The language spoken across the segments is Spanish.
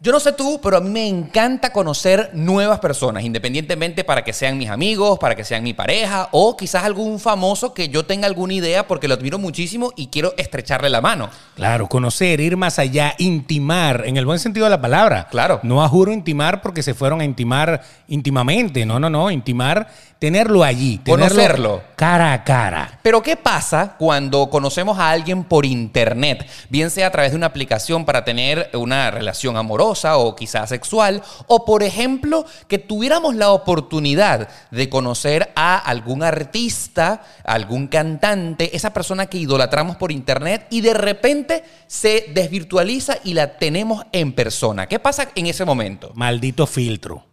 Yo no sé tú, pero a mí me encanta conocer nuevas personas, independientemente para que sean mis amigos, para que sean mi pareja o quizás algún famoso que yo tenga alguna idea porque lo admiro muchísimo y quiero estrecharle la mano. Claro, conocer, ir más allá, intimar, en el buen sentido de la palabra. Claro. No a juro intimar porque se fueron a intimar íntimamente. No, no, no. Intimar, tenerlo allí. tenerlo Conocerlo. Cara a cara. Pero ¿qué pasa cuando conocemos a alguien por internet? Bien sea a través de una aplicación para tener una relación amorosa o quizás sexual, o por ejemplo que tuviéramos la oportunidad de conocer a algún artista, algún cantante, esa persona que idolatramos por internet y de repente se desvirtualiza y la tenemos en persona. ¿Qué pasa en ese momento? Maldito filtro.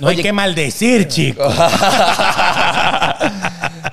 No hay Oye- que maldecir, chico.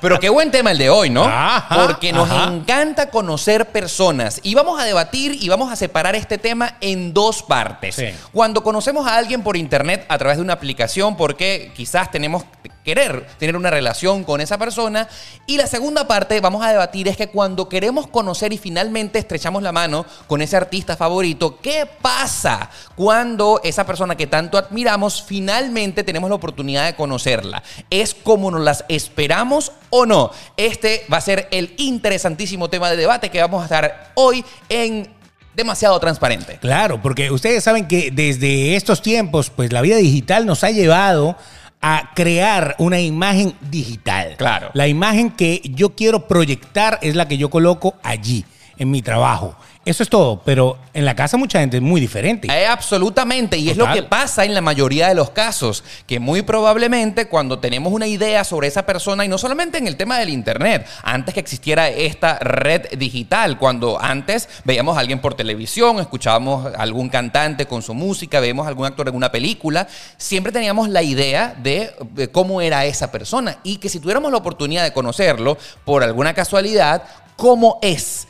Pero qué buen tema el de hoy, ¿no? Ajá, Porque nos ajá. encanta conocer personas y vamos a debatir y vamos a separar este tema en dos partes. Sí. Cuando conocemos a alguien por internet a través de una aplicación, porque quizás tenemos que querer tener una relación con esa persona. Y la segunda parte vamos a debatir es que cuando queremos conocer y finalmente estrechamos la mano con ese artista favorito, ¿qué pasa cuando esa persona que tanto admiramos finalmente tenemos la oportunidad de conocerla? ¿Es como nos las esperamos o no? Este va a ser el interesantísimo tema de debate que vamos a estar hoy en Demasiado Transparente. Claro, porque ustedes saben que desde estos tiempos, pues la vida digital nos ha llevado a crear una imagen digital. Claro. La imagen que yo quiero proyectar es la que yo coloco allí, en mi trabajo. Eso es todo, pero en la casa mucha gente es muy diferente. Eh, absolutamente, y es lo Total. que pasa en la mayoría de los casos, que muy probablemente cuando tenemos una idea sobre esa persona, y no solamente en el tema del Internet, antes que existiera esta red digital, cuando antes veíamos a alguien por televisión, escuchábamos a algún cantante con su música, veíamos a algún actor en una película, siempre teníamos la idea de, de cómo era esa persona y que si tuviéramos la oportunidad de conocerlo por alguna casualidad, cómo es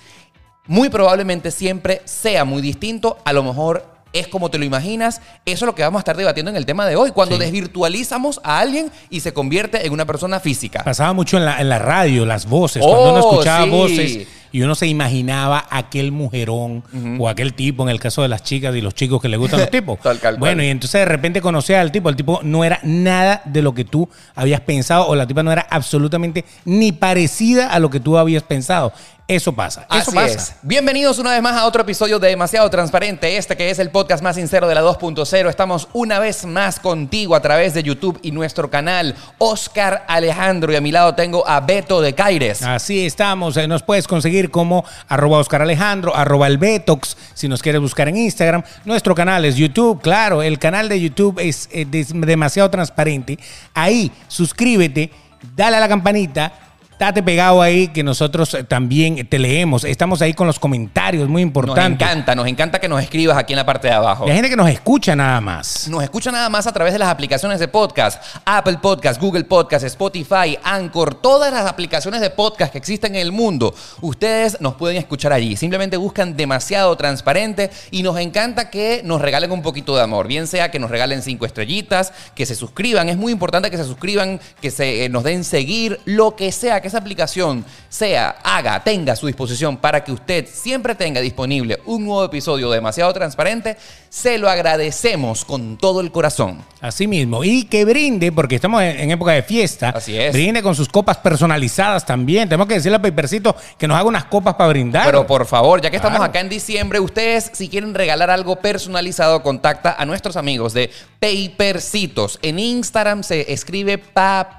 muy probablemente siempre sea muy distinto, a lo mejor es como te lo imaginas, eso es lo que vamos a estar debatiendo en el tema de hoy, cuando Sí. desvirtualizamos a alguien y se convierte en una persona física. Pasaba mucho en la, en la radio, las voces, cuando uno Oh, escuchaba sí. voces y uno se imaginaba aquel mujerón o aquel tipo, en el caso de las chicas y los chicos que le gustan los tipos. Tal, tal, bueno, cual. y entonces de repente conocías al tipo, el tipo no era nada de lo que tú habías pensado o la tipa no era absolutamente ni parecida a lo que tú habías pensado. Eso pasa, eso Así pasa. es. Bienvenidos una vez más a otro episodio de Demasiado Transparente, este que es el podcast más sincero de la 2.0. Estamos una vez más contigo a través de YouTube y nuestro canal Oscar Alejandro y a mi lado tengo a Beto de Caires. Así estamos. Eh, Nos puedes conseguir como arroba Oscar Alejandro, arroba el Betox, si nos quieres buscar en Instagram. Nuestro canal es YouTube, claro. El canal de YouTube es eh, des- demasiado transparente. Ahí, suscríbete, dale a la campanita. Date pegado ahí que nosotros eh, también te leemos. Estamos ahí con los comentarios, muy Nos importante. encanta, nos encanta que nos escribas aquí en la parte de abajo. La gente que nos escucha nada más. Nos escucha nada más a través de las aplicaciones de podcast, Apple Podcast, Google Podcast, Spotify, Anchor, todas las aplicaciones de podcast que existen en el mundo. Ustedes nos pueden escuchar allí. Simplemente buscan demasiado transparente y nos encanta que nos regalen un poquito de amor. Bien sea que nos regalen cinco estrellitas, que se suscriban. Es muy importante que se suscriban, que se eh, nos den seguir, lo que sea que esa aplicación sea, haga, tenga a su disposición para que usted siempre tenga disponible un nuevo episodio de demasiado transparente. Se lo agradecemos con todo el corazón. Así mismo. Y que brinde, porque estamos en en época de fiesta. Así es. Brinde con sus copas personalizadas también. Tenemos que decirle a Pipercito que nos haga unas copas para brindar. Pero pues, por favor, ya que estamos Claro. acá en diciembre, ustedes si quieren regalar algo personalizado, contacta a nuestros amigos de Papercitos. En Instagram se escribe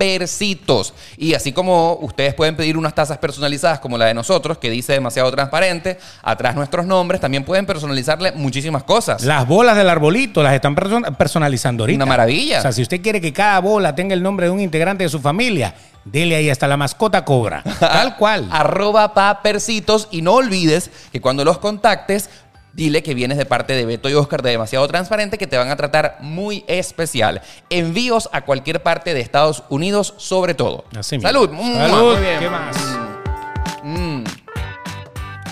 Papercitos. Y así como ustedes pueden pedir unas tazas personalizadas como la de nosotros, que dice demasiado transparente, atrás nuestros nombres, también pueden personalizarle muchísimas cosas. Las bolas del arbolito las están perso- personalizando ahorita. Una maravilla. O sea, si usted quiere que cada bola tenga el nombre de un integrante de su familia, dele ahí hasta la mascota cobra. Tal cual. Ah, Arroba papercitos y no olvides que cuando los contactes, dile que vienes de parte de Beto y Oscar de Demasiado Transparente que te van a tratar muy especial. Envíos a cualquier parte de Estados Unidos sobre todo. Así mismo. Salud. Salud. Muy bien. ¿Qué más?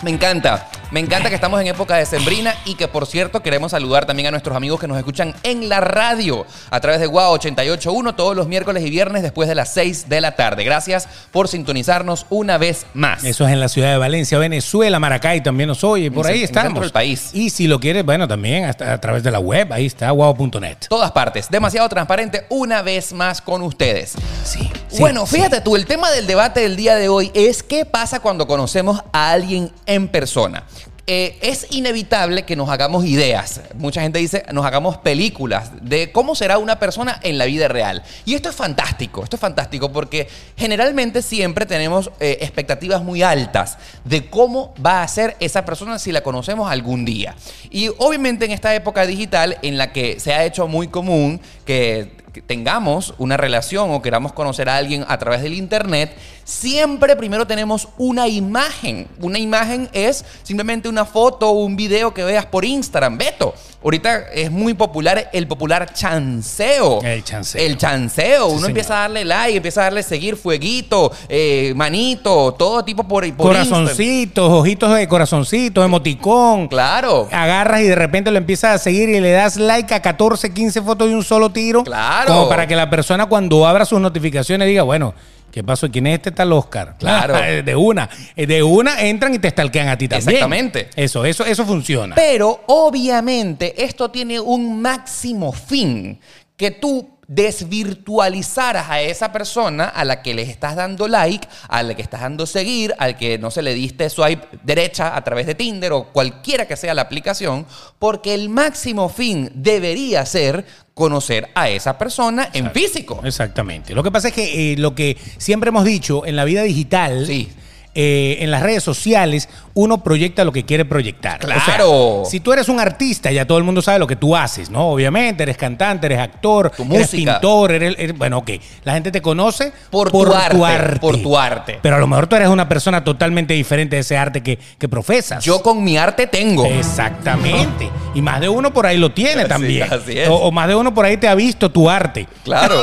Me encanta. Me encanta que estamos en época de sembrina y que, por cierto, queremos saludar también a nuestros amigos que nos escuchan en la radio a través de Guau 881 todos los miércoles y viernes después de las 6 de la tarde. Gracias por sintonizarnos una vez más. Eso es en la ciudad de Valencia, Venezuela, Maracay también nos oye, por En ahí el centro estamos. del país. Y si lo quieres, bueno, también hasta a través de la web, ahí está, wow.net. Todas partes. Demasiado transparente una vez más con ustedes. Sí. sí, bueno, sí. fíjate tú, el tema del debate del día de hoy es qué pasa cuando conocemos a alguien en persona. Eh, es inevitable que nos hagamos ideas. Mucha gente dice, nos hagamos películas de cómo será una persona en la vida real. Y esto es fantástico, esto es fantástico porque generalmente siempre tenemos eh, expectativas muy altas de cómo va a ser esa persona si la conocemos algún día. Y obviamente en esta época digital en la que se ha hecho muy común que que tengamos una relación o queramos conocer a alguien a través del internet, siempre primero tenemos una imagen. Una imagen es simplemente una foto o un video que veas por Instagram. Beto, ahorita es muy popular el popular chanceo. El chanceo. El chanceo. Uno señor. empieza a darle like, empieza a darle seguir, fueguito, eh, manito, todo tipo por, por Instagram. Corazoncitos, ojitos de corazoncitos, emoticón. Claro. Agarras y de repente lo empiezas a seguir y le das like a 14, 15 fotos de un solo tiro. Claro. Como para que la persona cuando abra sus notificaciones diga, bueno, ¿qué pasó? ¿Quién es este tal Oscar? Claro. de una. Eh, De una entran y te stalkean a ti también. Exactamente. Eso, eso, eso funciona. Pero obviamente esto tiene un máximo fin, que tú desvirtualizaras a esa persona a la que le estás dando like, a la que estás dando seguir, al que no se le diste swipe derecha a través de Tinder o cualquiera que sea la aplicación, porque el máximo fin debería ser conocer a esa persona en físico. Exactamente. Lo que pasa es que eh, lo que siempre hemos dicho en la vida digital, Sí. eh, en las redes sociales, uno proyecta lo que quiere proyectar. O sea, ¡Claro! si tú eres un artista, ya todo el mundo sabe lo que tú haces, ¿no? Obviamente, eres cantante, eres actor, Tu eres música. pintor, eres, eres- Bueno, ok. La gente te conoce Por tu arte, por tu arte. Pero a lo mejor tú eres una persona totalmente diferente de ese arte que, que profesas. Yo con mi arte tengo. Exactamente. Y más de uno por ahí lo tiene Así- también. así es. O, o más de uno por ahí te ha visto tu arte. Claro.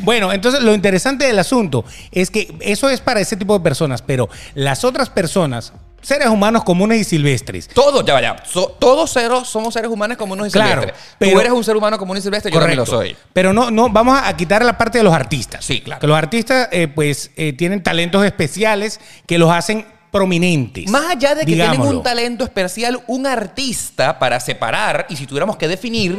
Bueno, entonces lo interesante del asunto es que eso es para ese tipo de personas, pero las otras personas, seres humanos comunes y silvestres, Todos, ya vaya. so- todos ceros somos seres humanos comunes y Claro, silvestres. Tú pero- eres un ser humano común y silvestre, yo también lo soy. Pero no, no, vamos a, a quitar la parte de los artistas. Sí, claro. Que los artistas, eh, pues, eh, tienen talentos especiales que los hacen prominentes. Más allá de que tienen digámoslo. un talento especial, un artista para separar, y si tuviéramos que definir,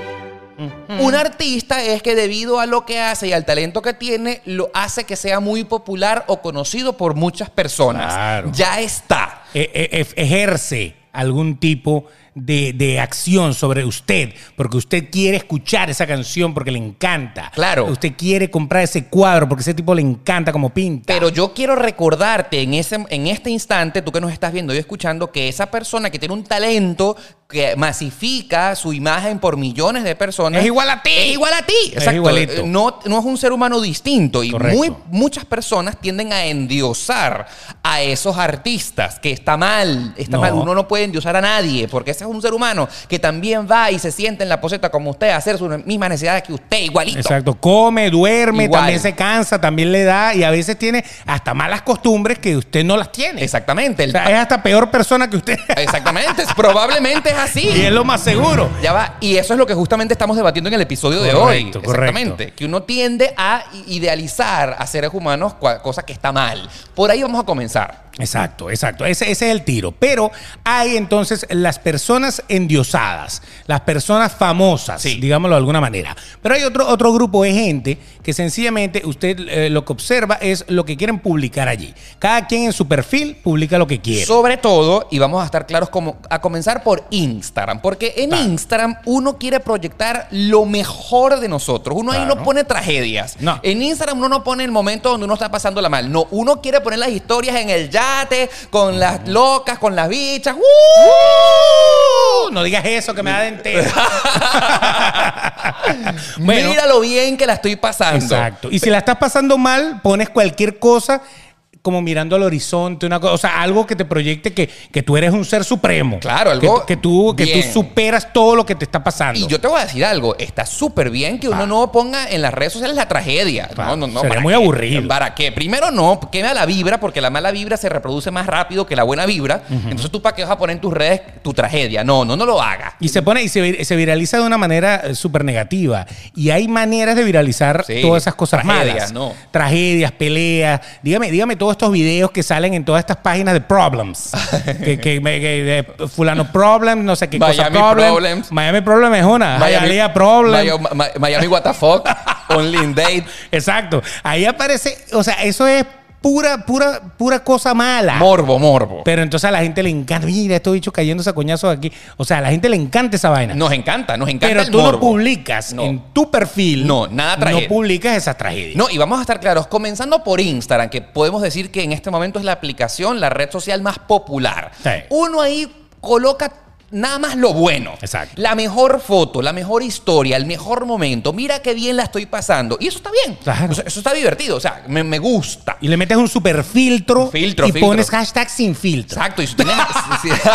un artista es que debido a lo que hace y al talento que tiene, lo hace que sea muy popular o conocido por muchas personas. Claro. Ya está. e- e- ef- ejerce algún tipo de, de acción sobre usted, porque usted quiere escuchar esa canción porque le encanta. Claro. Usted quiere comprar ese cuadro porque ese tipo le encanta como pinta. Pero yo quiero recordarte en, ese, en este instante, tú que nos estás viendo y escuchando, que esa persona que tiene un talento que masifica su imagen por millones de personas. Es igual a ti. Es igual a ti. Exacto. Eh, igualito. No, no es un ser humano distinto. Y Correcto. muy, muchas personas tienden a endiosar a esos artistas, que está mal. Está No. mal. Uno no puede endiosar a nadie, porque ese es un ser humano que también va y se siente en la poseta como usted, a hacer sus mismas necesidades que usted, igualito. Exacto, come, duerme, Igual. también se cansa, también le da y a veces tiene hasta malas costumbres que usted no las tiene. Exactamente. O El- sea, es hasta peor persona que usted. Exactamente, es- probablemente es así. y es lo más seguro. Ya va, y eso es lo que justamente estamos debatiendo en el episodio de hoy. Correcto, correcto. Exactamente. Que uno tiende a idealizar a seres humanos, cua- cosa que está mal. Por ahí vamos a comenzar. Exacto, exacto. Ese, ese es el tiro. Pero hay entonces las personas endiosadas, las personas famosas, Sí. digámoslo de alguna manera. Pero hay otro, otro grupo de gente que sencillamente usted eh, lo que observa es lo que quieren publicar allí. Cada quien en su perfil publica lo que quiere. Sobre todo, y vamos a estar claros como a comenzar por Instagram, porque en Claro. Instagram uno quiere proyectar lo mejor de nosotros. Uno ahí no Claro. pone tragedias. No. En Instagram uno no pone el momento donde uno está pasándola mal. No, uno quiere poner las historias en el yate, con las locas, con las bichas. ¡Uh! ¡Uh! no digas eso que me da dentera. Mira lo bien que la estoy pasando. Exacto. Y si la estás pasando mal, pones cualquier cosa como mirando al horizonte, una cosa, o sea, algo que te proyecte que, que tú eres un ser supremo. Claro, Que- algo Que, tú, que tú bien. superas todo lo que te está pasando. Y yo te voy a decir algo, está súper bien que uno no ponga en las redes sociales la tragedia. Claro, no, no, no. sería ¿para muy qué? aburrido. ¿Para qué? Primero no, quema la vibra, porque la mala vibra se reproduce más rápido que la buena vibra. Entonces tú para qué vas a poner en tus redes tu tragedia. No, no, no lo hagas. Y se pone y se, vir- se viraliza de una manera eh, súper negativa. Y hay maneras de viralizar Sí, todas esas cosas tragedias, malas. ¿no? Tragedias, peleas. Dígame, dígame todos estos videos que salen en todas estas páginas de problems. que, que- me- que- de fulano problem, no sé qué cosa Miami problem. Problems. Miami problem es una. Hialeah problem. Miami, Ma- Miami What the fuck, Only in Date. Exacto. Ahí aparece, o sea, eso es pura, pura, pura cosa mala. Morbo, morbo. Pero entonces a la gente le encanta. Mira, estos bichos cayéndose a coñazos aquí. O sea, a la gente le encanta esa vaina. Nos encanta, nos encanta Pero el tú no morbo. publicas No. en tu perfil. No, nada tragedia. No publicas esas tragedias. No, y vamos a estar claros, comenzando por Instagram, que podemos decir que en este momento es la aplicación, la red social más popular. Sí. Uno ahí coloca nada más lo bueno. Exacto. La mejor foto, la mejor historia, el mejor momento. Mira qué bien la estoy pasando. Y eso está bien. Claro. O sea, eso está divertido. O sea, me, me gusta. Y le metes un super filtro. Filtro, y filtro. pones hashtag sin filtro. Exacto. Y si tienes- sí, sí.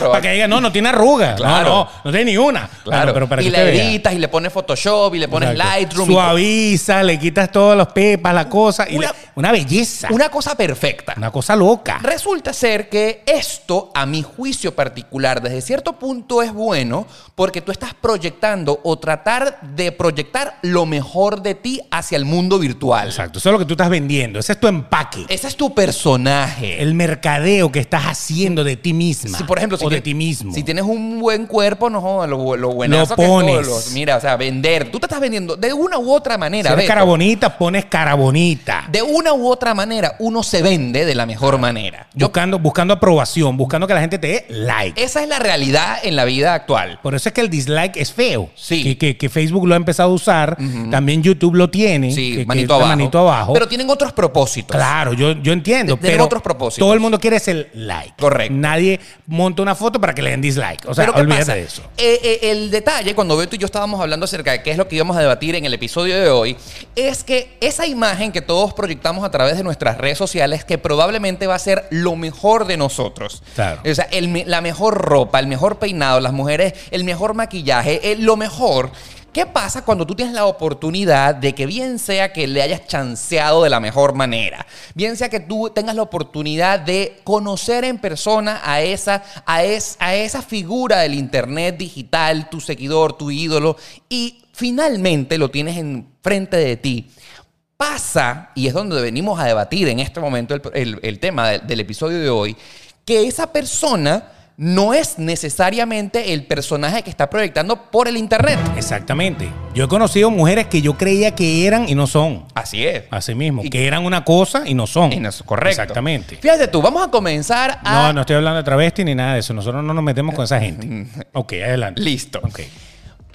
Para que diga, no, no tiene arruga. Claro. No, no, no tiene ni una. Bueno, pero para y que le usted vea. editas y le pones Photoshop y le pones Exacto. Lightroom. y- Suaviza, le quitas todos los pepas, la cosa. y Una- le- una belleza. Una cosa perfecta. Una cosa loca. Resulta ser que esto, a mi juicio particular, desde cierto punto es bueno porque tú estás proyectando o tratar de proyectar lo mejor de ti hacia el mundo virtual. Exacto. Eso es lo que tú estás vendiendo. Ese es tu empaque. Ese es tu personaje. El mercadeo que estás haciendo de ti misma. Eh. Si, por ejemplo, si, o de tien- ti mismo. si tienes un buen cuerpo, no jodas, lo, lo buenazo Lo que es todo, pones. los- mira, o sea, vender. Tú te estás vendiendo de una u otra manera. Si eres Beto. cara bonita, pones cara bonita. de una u otra manera, uno se vende de la mejor manera. Yo, buscando, buscando aprobación, buscando que la gente te dé like. esa es la realidad en la vida actual. Por eso es que el dislike es feo. Sí. Que, que- que Facebook lo ha empezado a usar. También YouTube lo tiene. Sí, que- que manito, está abajo. manito abajo. Pero tienen otros propósitos. claro, yo, yo entiendo. Tienen pero otros propósitos. Todo el mundo quiere es el like. Correcto. Nadie monta una foto para que le den dislike. O sea, Pero ¿qué olvídate pasa? de eso. Eh, eh, el detalle, cuando Beto y yo estábamos hablando acerca de qué es lo que íbamos a debatir en el episodio de hoy, es que esa imagen que todos proyectamos a través de nuestras redes sociales, que probablemente va a ser lo mejor de nosotros. Claro. O sea, el me- la mejor ropa, el mejor peinado, las mujeres, el mejor maquillaje, eh, lo mejor. ¿Qué pasa cuando tú tienes la oportunidad de que bien sea que le hayas chanceado de la mejor manera? Bien sea que tú tengas la oportunidad de conocer en persona a esa, a es- a esa figura del internet digital, tu seguidor, tu ídolo, y finalmente lo tienes enfrente de ti pasa, y es donde venimos a debatir en este momento el, el- el tema del, del episodio de hoy, que esa persona no es necesariamente el personaje que está proyectando por el Internet. Exactamente. Yo he conocido mujeres que yo creía que eran y no son. Así es. Así mismo. Y- que eran una cosa y no son. Y no es correcto. Exactamente. Fíjate tú, vamos a comenzar a... No, no estoy hablando de travesti ni nada de eso. Nosotros no nos metemos con esa gente. Ok, adelante. Listo. Ok.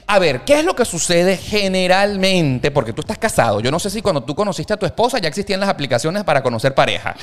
A ver, ¿qué es lo que sucede generalmente? Porque tú estás casado. Yo no sé si cuando tú conociste a tu esposa ya existían las aplicaciones para conocer pareja.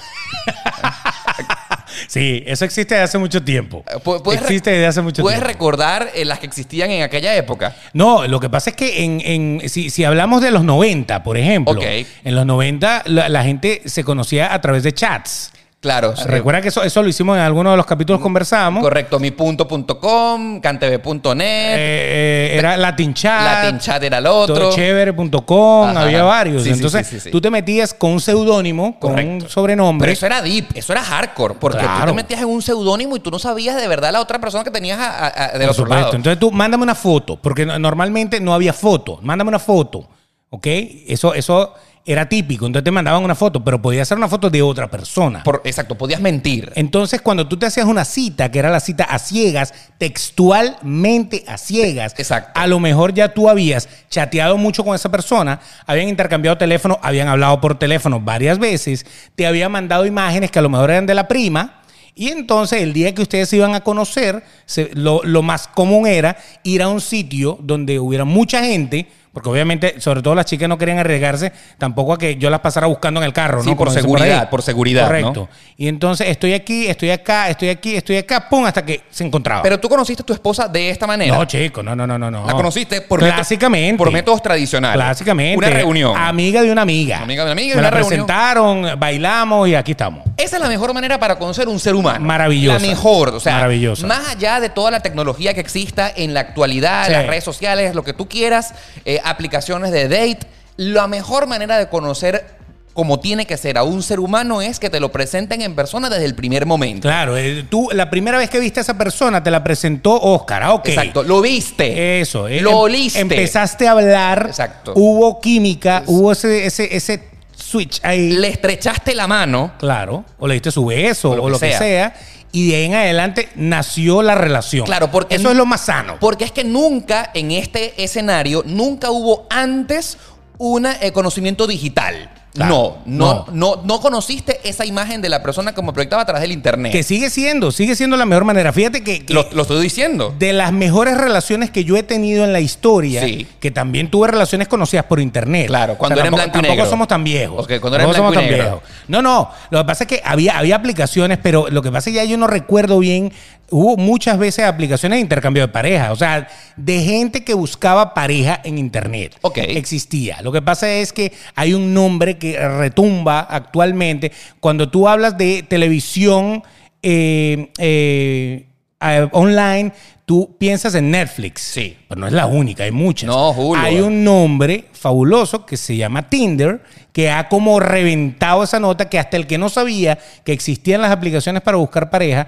Sí, eso existe desde hace mucho tiempo. Eh, Pu- puedes rec- Existe desde hace mucho ¿Puedes tiempo. recordar eh, las que existían en aquella época? No, lo que pasa es que en, en- si, si hablamos de los 90, por ejemplo, Ok. en los 90 la, la gente se conocía a través de chats. Claro. Recuerda que eso, eso lo hicimos en alguno de los capítulos conversamos. Correcto, mipunto.com, cantv.net, Eh, eh, era Latin Chat. Latin Chat era el otro. Chévere.com, Ajá. había varios. Sí, sí, Entonces, sí, sí, sí. tú te metías con un seudónimo, con Correcto. un sobrenombre. Pero eso era deep, eso era hardcore, porque tú te Claro. metías en un seudónimo y tú no sabías de verdad la otra persona que tenías a- a- a- del Por otro supuesto. lado. Entonces tú mándame una foto, porque no- normalmente no había foto. Mándame una foto, ¿ok? Eso, eso era típico. Entonces te mandaban una foto, pero podía ser una foto de otra persona. Por- exacto, podías mentir. Entonces cuando tú te hacías una cita, que era la cita a ciegas, textualmente a ciegas, Exacto. a lo mejor ya tú habías chateado mucho con esa persona, habían intercambiado teléfono, habían hablado por teléfono varias veces, te había mandado imágenes que a lo mejor eran de la prima. Y entonces el día que ustedes se iban a conocer, se- lo, lo más común era ir a un sitio donde hubiera mucha gente. Porque obviamente, sobre todo las chicas no querían arriesgarse tampoco a que yo las pasara buscando en el carro, Sí, ¿no? por Como dicen seguridad, ahí. por seguridad, ¿no? Correcto. Y entonces estoy aquí, estoy acá, estoy aquí, estoy acá, pum, hasta que se encontraba. Pero tú conociste a tu esposa de esta manera. no, chico, no, no, no, no, no. La conociste por, métodos- Clásicamente. por métodos tradicionales. Clásicamente. Una reunión. Amiga de una amiga. Amiga de una amiga y Me una la reunión. presentaron, bailamos y aquí estamos. Esa es la mejor manera para conocer un ser humano. Maravillosa. La mejor. O sea, Maravillosa. más allá de toda la tecnología que exista en la actualidad, Sí. las redes sociales, lo que tú quieras, eh, aplicaciones de date, la mejor manera de conocer como tiene que ser a un ser humano es que te lo presenten en persona desde el primer momento. Claro, eh, tú la primera vez que viste a esa persona te la presentó Oscar, ah, ok. Exacto. Lo viste. Eso, eh, Lo em- oliste. Empezaste a hablar. Exacto. Hubo química, hubo ese, ese, ese switch ahí. Le estrechaste la mano. claro, o le diste su beso, o lo, que, sea. Y de ahí en adelante nació la relación. Claro, porque Eso es lo más sano. Porque es que nunca en este escenario, nunca hubo antes un conocimiento digital. Claro, no, no, no, no conociste esa imagen de la persona como proyectaba a través del internet. que sigue siendo, sigue siendo la mejor manera. Fíjate que, que lo, lo estoy diciendo. de las mejores relaciones que yo he tenido en la historia, Sí. que también tuve relaciones conocidas por internet. Claro, cuando era en tampoco, blanco y tampoco negro. somos tan viejos. Ok, cuando era en Tampoco blanco y negro. No, no. Lo que pasa es que había, había aplicaciones, pero lo que pasa es que ya yo no recuerdo bien. Hubo muchas veces aplicaciones de intercambio de pareja. O sea, de gente que buscaba pareja en internet. Ok. Existía. Lo que pasa es que hay un nombre que retumba actualmente. Cuando tú hablas de televisión eh, eh, eh, online, tú piensas en Netflix. Sí. Pero no es la única, hay muchas. No, Julio. Hay un nombre fabuloso que se llama Tinder, que ha como reventado esa nota que hasta el que no sabía que existían las aplicaciones para buscar pareja,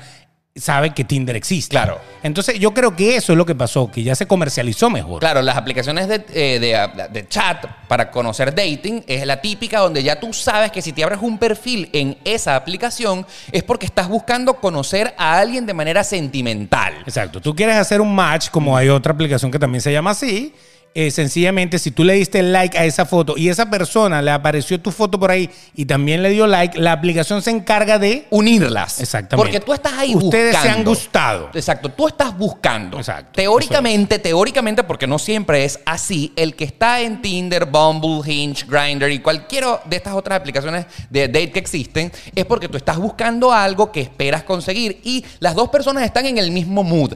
sabe que Tinder existe. Claro. Entonces yo creo que eso es lo que pasó, que ya se comercializó mejor. Claro, las aplicaciones de, eh, de- de chat para conocer dating es la típica donde ya tú sabes que si te abres un perfil en esa aplicación es porque estás buscando conocer a alguien de manera sentimental. Exacto. Tú quieres hacer un match, como hay otra aplicación que también se llama así. eh, sencillamente, si tú le diste like a esa foto y esa persona le apareció tu foto por ahí y también le dio like, la aplicación se encarga de unirlas. Exactamente. Porque tú estás ahí Ustedes se buscando. han gustado. Exacto, tú estás buscando. Exacto, Teóricamente, teóricamente, porque no siempre es así, el que está en Tinder, Bumble, Hinge, Grindr y cualquiera de estas otras aplicaciones de date que existen, es porque tú estás buscando algo que esperas conseguir y las dos personas están en el mismo mood,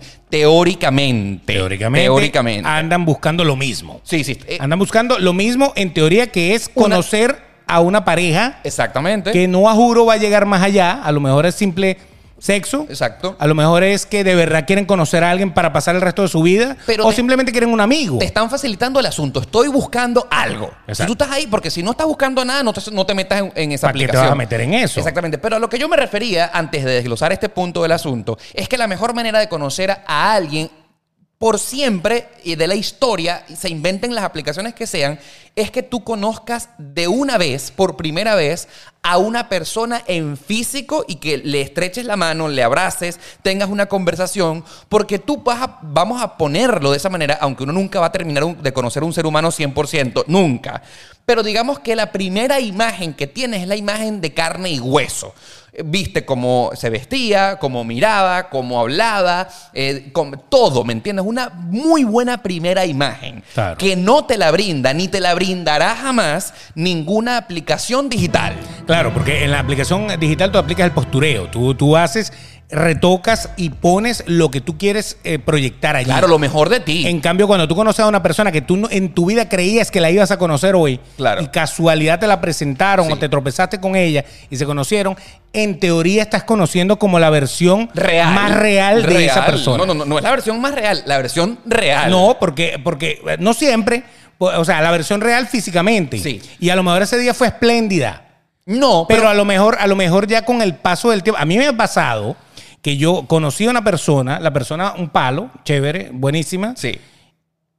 teóricamente. Teóricamente, Teóricamente. andan buscando lo mismo. sí, sí. eh, Andan buscando lo mismo en teoría que es Una- ¿Eh? conocer a una pareja exactamente. que no a juro va a llegar más allá. A lo mejor es simple sexo. Exacto. A lo mejor es que de verdad quieren conocer a alguien para pasar el resto de su vida. Pero o te- simplemente quieren un amigo. Te están facilitando el asunto. Estoy buscando algo. Exacto. Si tú estás ahí, porque si no estás buscando nada, no te, no te metas en, en esa ¿Para qué te aplicación. vas a meter en eso? Exactamente. Pero a lo que yo me refería, antes de desglosar este punto del asunto, es que la mejor manera de conocer a alguien por siempre y de la historia, y se inventen las aplicaciones que sean, es que tú conozcas de una vez, por primera vez, a una persona en físico y que le estreches la mano, le abraces, tengas una conversación, porque tú vas a- vamos a ponerlo de esa manera, aunque uno nunca va a terminar un- de conocer un ser humano 100%, nunca. Pero digamos que la primera imagen que tienes es la imagen de carne y hueso viste cómo se vestía, cómo miraba, cómo hablaba, eh, con- todo, ¿me entiendes? Una muy buena primera imagen Claro. que no te la brinda ni te la brindará jamás ninguna aplicación digital. Claro, porque en la aplicación digital tú aplicas el postureo. Tú, tú haces, retocas y pones lo que tú quieres eh, proyectar allí. Claro, lo mejor de ti. En cambio, cuando tú conoces a una persona que tú no- en tu vida creías que la ibas a conocer hoy, Claro. y casualidad te la presentaron Sí. o te tropezaste con ella y se conocieron, en teoría estás conociendo como la versión real. más real de esa persona. No, no, no, no es la versión más real, la versión real. No, porque, porque eh, no siempre, po- o sea, la versión real físicamente. Sí. Y a lo mejor ese día fue espléndida. no Pero, a lo mejor, a lo mejor ya con el paso del tiempo. A mí me ha pasado que yo conocí a una persona, la persona un palo, chévere, buenísima. Sí.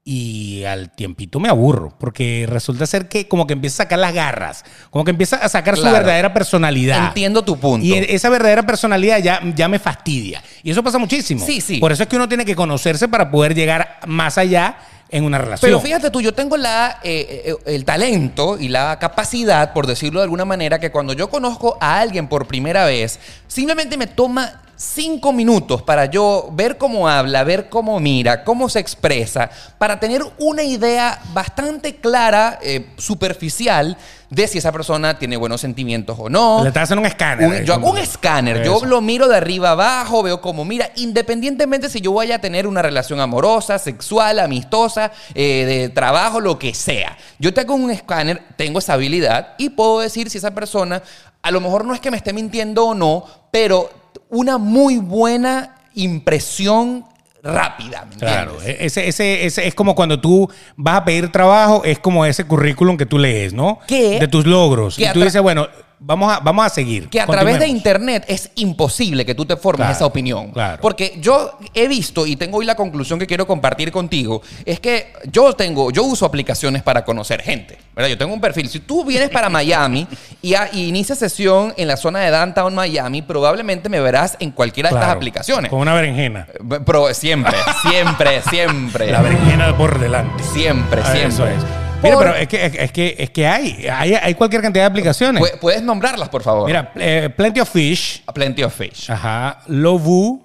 Y al tiempito me aburro, porque resulta ser que como que empieza a sacar las garras, como que empieza a sacar su Claro. verdadera personalidad. Entiendo tu punto. Y e- esa verdadera personalidad ya, ya me fastidia. Y eso pasa muchísimo. Sí, sí. Por eso es que uno tiene que conocerse para poder llegar más allá en una relación. Pero fíjate tú, yo tengo la, eh, eh, el talento y la capacidad, por decirlo de alguna manera, que cuando yo conozco a alguien por primera vez, simplemente me toma cinco minutos para yo ver cómo habla, ver cómo mira, cómo se expresa, para tener una idea bastante clara, eh, superficial, de si esa persona tiene buenos sentimientos o no. Le estás haciendo un escáner. eh, Un- yo hago un escáner, yo Eso. lo miro de arriba abajo, veo cómo mira, independientemente si yo vaya a tener una relación amorosa, sexual, amistosa, eh, de trabajo, lo que sea. Yo te hago un escáner, tengo esa habilidad y puedo decir si esa persona, a lo mejor no es que me esté mintiendo o no, pero una muy buena impresión rápida. ¿me entiendes? Claro, e- ese, ese, ese es como cuando tú vas a pedir trabajo, es como ese currículum que tú lees, ¿no? Que- De tus logros. que Y tú atra- dices, bueno, vamos a, vamos a seguir. Que a través de Continuemos. internet es imposible que tú te formes Claro, esa opinión. claro. Porque yo he visto y tengo hoy la conclusión que quiero compartir contigo, es que yo tengo, yo uso aplicaciones para conocer gente, ¿verdad? Yo tengo un perfil. Si tú vienes para Miami y, a- y inicias sesión en la zona de Downtown Miami, probablemente me verás en cualquiera de estas Claro, aplicaciones. Con una berenjena. Pero siempre, siempre, siempre. La berenjena por delante. Siempre, Ah, siempre. Eso es. Mira, Por- pero eh, es que, es, es que, es que hay, hay, hay cualquier cantidad de aplicaciones. Pu- Puedes nombrarlas, Pues, por favor. Mira, eh, Plenty of Fish, Plenty of Fish. ajá, Lovu,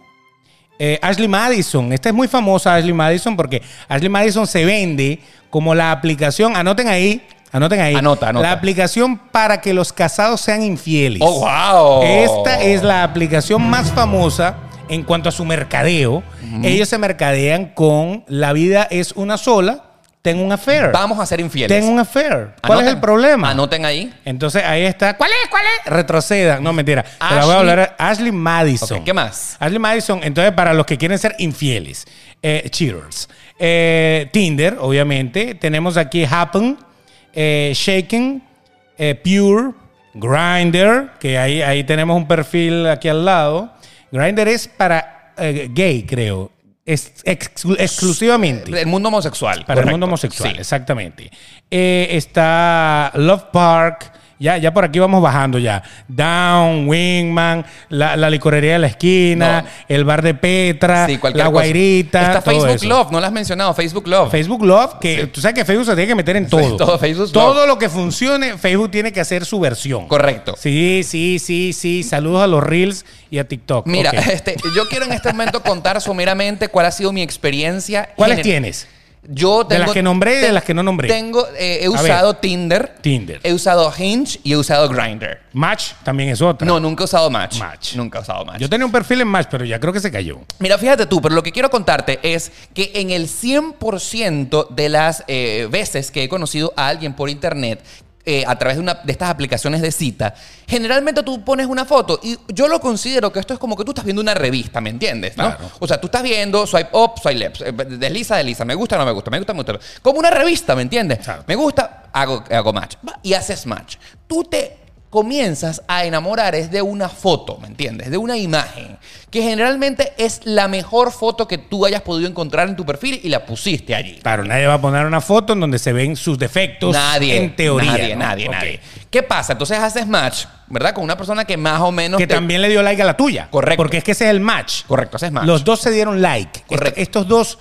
eh, Ashley Madison. Esta es muy famosa, Ashley Madison, porque Ashley Madison se vende como la aplicación, anoten ahí, anoten ahí. Anota, anota. La aplicación para que los casados sean infieles. ¡Oh, wow! Oh. Esta es la aplicación más famosa en cuanto a su mercadeo. Ellos se mercadean con la vida es una sola, tengo un affair. Vamos a ser infieles. Tengo un affair. ¿Cuál es Anoten- el problema? Anoten ahí. Entonces ahí está. ¿Cuál es? ¿Cuál es? Retrocedan. No, mentira. Te la voy a Ashley- hablar a Ashley Madison. Ok, ¿qué más? Ashley Madison, entonces para los que quieren ser infieles, eh, cheaters. Eh, Tinder, obviamente. Tenemos aquí Happen, eh, Shaken, eh, Pure, Grinder, que ahí, ahí tenemos un perfil aquí al lado. Grinder es para eh, gay, creo. Es exclu- exclusivamente. El mundo homosexual. Para correcto. el mundo homosexual, Sí. exactamente. Eh, está Love Park. Ya, ya por aquí vamos bajando ya. Down, Wingman, la, la licorería de la esquina, No. el bar de Petra, Sí, cualquier la cosa. guairita. Está todo Facebook eso. Love, no lo has mencionado. Facebook Love. Facebook Love, que tú sabes que Facebook se tiene que meter en todo. todo Facebook Todo Love. lo que funcione, Facebook tiene que hacer su versión. Correcto. Sí, sí, sí, sí. Saludos a los Reels y a TikTok. Mira, Ok. este, yo quiero en este momento contar someramente cuál ha sido mi experiencia. ¿cuáles gener- tienes? Yo De tengo, las que nombré y de te- las que no nombré. Tengo, eh, he A usado Tinder. Tinder. He usado Hinge y he usado Grindr. Match también es otra. No, nunca he usado Match. Match. Nunca he usado Match. Yo tenía un perfil en Match, pero ya creo que se cayó. Mira, fíjate tú, pero lo que quiero contarte es que en el 100% de las eh, veces que he conocido a alguien por internet, eh, a través de, una, de estas aplicaciones de cita, generalmente tú pones una foto y yo lo considero que esto es como que tú estás viendo una revista, ¿me entiendes? no? Claro. O sea, tú estás viendo swipe up, swipe left, eh, desliza, desliza, me gusta, no me gusta, me gusta, me gusta. Como una revista, ¿me entiendes? Claro. Me gusta, hago, hago match. Va, Y haces match. Tú te comienzas a enamorar es de una foto, ¿me entiendes? De una imagen, que generalmente es la mejor foto que tú hayas podido encontrar en tu perfil y la pusiste allí. Claro, nadie va a poner una foto en donde se ven sus defectos. Nadie. En teoría. Nadie, ¿no? nadie, Ok. nadie. ¿Qué pasa? Entonces haces match, ¿verdad? Con una persona que más o menos... Que te- también le dio like a la tuya. Correcto. Porque es que ese es el match. Correcto, haces match. Los dos se dieron like. Correcto. Est- Estos dos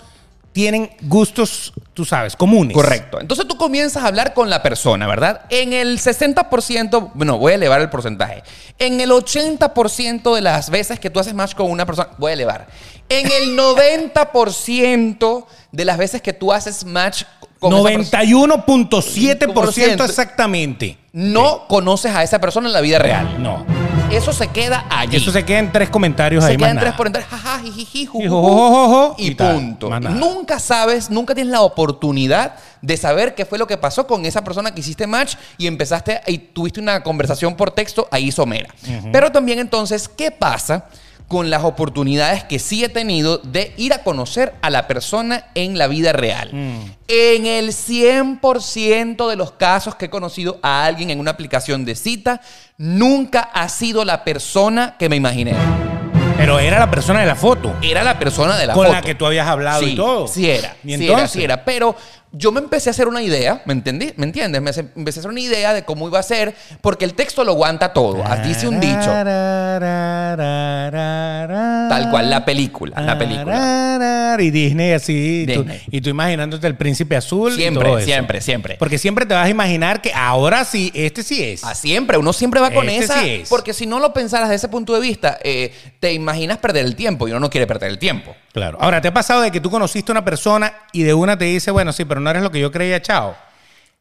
tienen gustos, tú sabes, comunes. Correcto. Entonces tú comienzas a hablar con la persona, ¿verdad? En el 60%, bueno, voy a elevar el porcentaje. En el 80% de las veces que tú haces match con una persona, voy a elevar. En el 90% de las veces que tú haces match con esa persona, 91.7% exactamente. no conoces a esa persona en la vida real. No. Eso se queda allí. Eso se queda en tres comentarios Se ahí más quedan tres nada. por entrar, jaja, jijiji, ju, Y ju, jo, jo, jo, jo, y, y tal, punto. más nada. Nunca sabes, nunca tienes la oportunidad de saber qué fue lo que pasó con esa persona que hiciste match y empezaste y tuviste una conversación por texto ahí somera. Pero también entonces, ¿qué pasa? con las oportunidades que sí he tenido de ir a conocer a la persona en la vida real. Mm. En el 100% de los casos que he conocido a alguien en una aplicación de cita, nunca ha sido la persona que me imaginé Pero era la persona de la foto. era la persona de la con foto. la que tú habías hablado sí, y todo. Sí era. Y sí era, entonces. sí era. Pero yo me empecé a hacer una idea, ¿me entendí? ¿Me entiendes? Me hace- empecé a hacer una idea de cómo iba a ser, porque el texto lo aguanta todo. Dice un dicho, Tal tal cual, la película, la película. Y Disney así. y tú- Disney. y tú imaginándote el príncipe azul. y todo Siempre, eso. siempre, siempre. Porque siempre te vas a imaginar que ahora sí, este sí es. Ah, siempre, uno siempre va con Este esa. sí es. Porque si no lo pensaras de ese punto de vista, eh, te imaginas perder el tiempo y uno no quiere perder el tiempo. Claro. Ahora, ¿te ha pasado de que tú conociste a una persona y de una te dice, bueno, sí, pero no eres lo que yo creía, chao?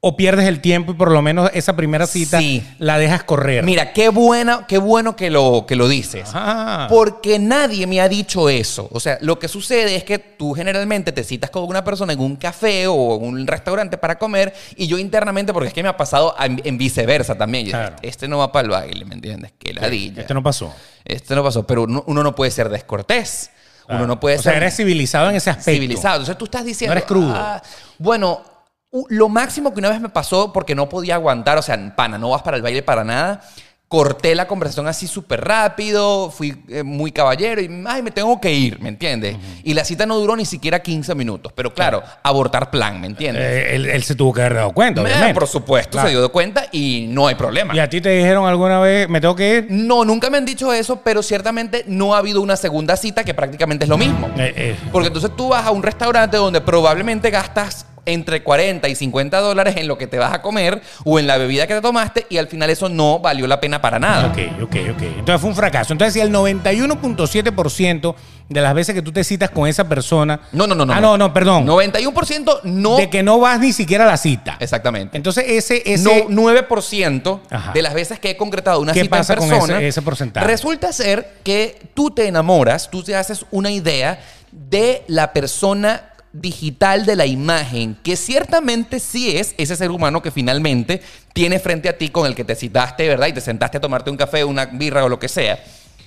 O pierdes el tiempo y por lo menos esa primera cita Sí. la dejas correr. Mira, qué buena, qué bueno que lo, que lo dices. Ajá. Porque nadie me ha dicho eso. O sea, lo que sucede es que tú generalmente te citas con una persona en un café o en un restaurante para comer y yo internamente, porque es que me ha pasado en, en viceversa también. Yo, Claro. Este no va para el baile, ¿me entiendes? Qué ladilla. Esto no pasó. Este no pasó. Pero uno, uno no puede ser descortés. Uno no puede o ser sea, eres civilizado en ese aspecto. civilizado. Entonces tú estás diciendo. No eres crudo. "Ah, bueno, u- lo máximo que una vez me pasó porque no podía aguantar, o sea, pana, no vas para el baile para nada. Corté la conversación así súper rápido, fui eh, muy caballero y, ay, me tengo que ir, ¿me entiendes? Y la cita no duró ni siquiera 15 minutos, pero claro, abortar plan, ¿me entiendes? Eh, él, él se tuvo que haber dado cuenta, Eh, obviamente. por supuesto, Claro. se dio cuenta y no hay problema. ¿Y a ti te dijeron alguna vez, me tengo que ir? No, nunca me han dicho eso, pero ciertamente no ha habido una segunda cita que prácticamente es lo mismo. Eh, eh. Porque entonces tú vas a un restaurante donde probablemente gastas entre 40 y 50 dólares en lo que te vas a comer o en la bebida que te tomaste y al final eso no valió la pena para nada. Ok, ok, ok. Entonces fue un fracaso. Entonces, si el 91.7% de las veces que tú te citas con esa persona. No, no, no, no. Ah, no, no, perdón. 91% no. De que no vas ni siquiera a la cita. Exactamente. Entonces, ese. No, ese 9% Ajá. de las veces que he concretado una ¿Qué cita pasa en con persona. ese- ese porcentaje? Resulta ser que tú te enamoras, tú te haces una idea de la persona digital de la imagen, que ciertamente sí es ese ser humano que finalmente tienes frente a ti con el que te citaste, ¿verdad? Y te sentaste a tomarte un café, una birra o lo que sea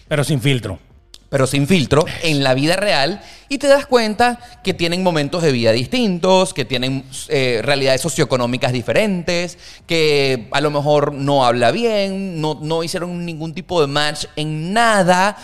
Pero sin filtro. pero sin filtro, en la vida real, y te das cuenta que tienen momentos de vida distintos, que tienen eh, realidades socioeconómicas diferentes, que a lo mejor no habla bien, no, no hicieron ningún tipo de match en nada,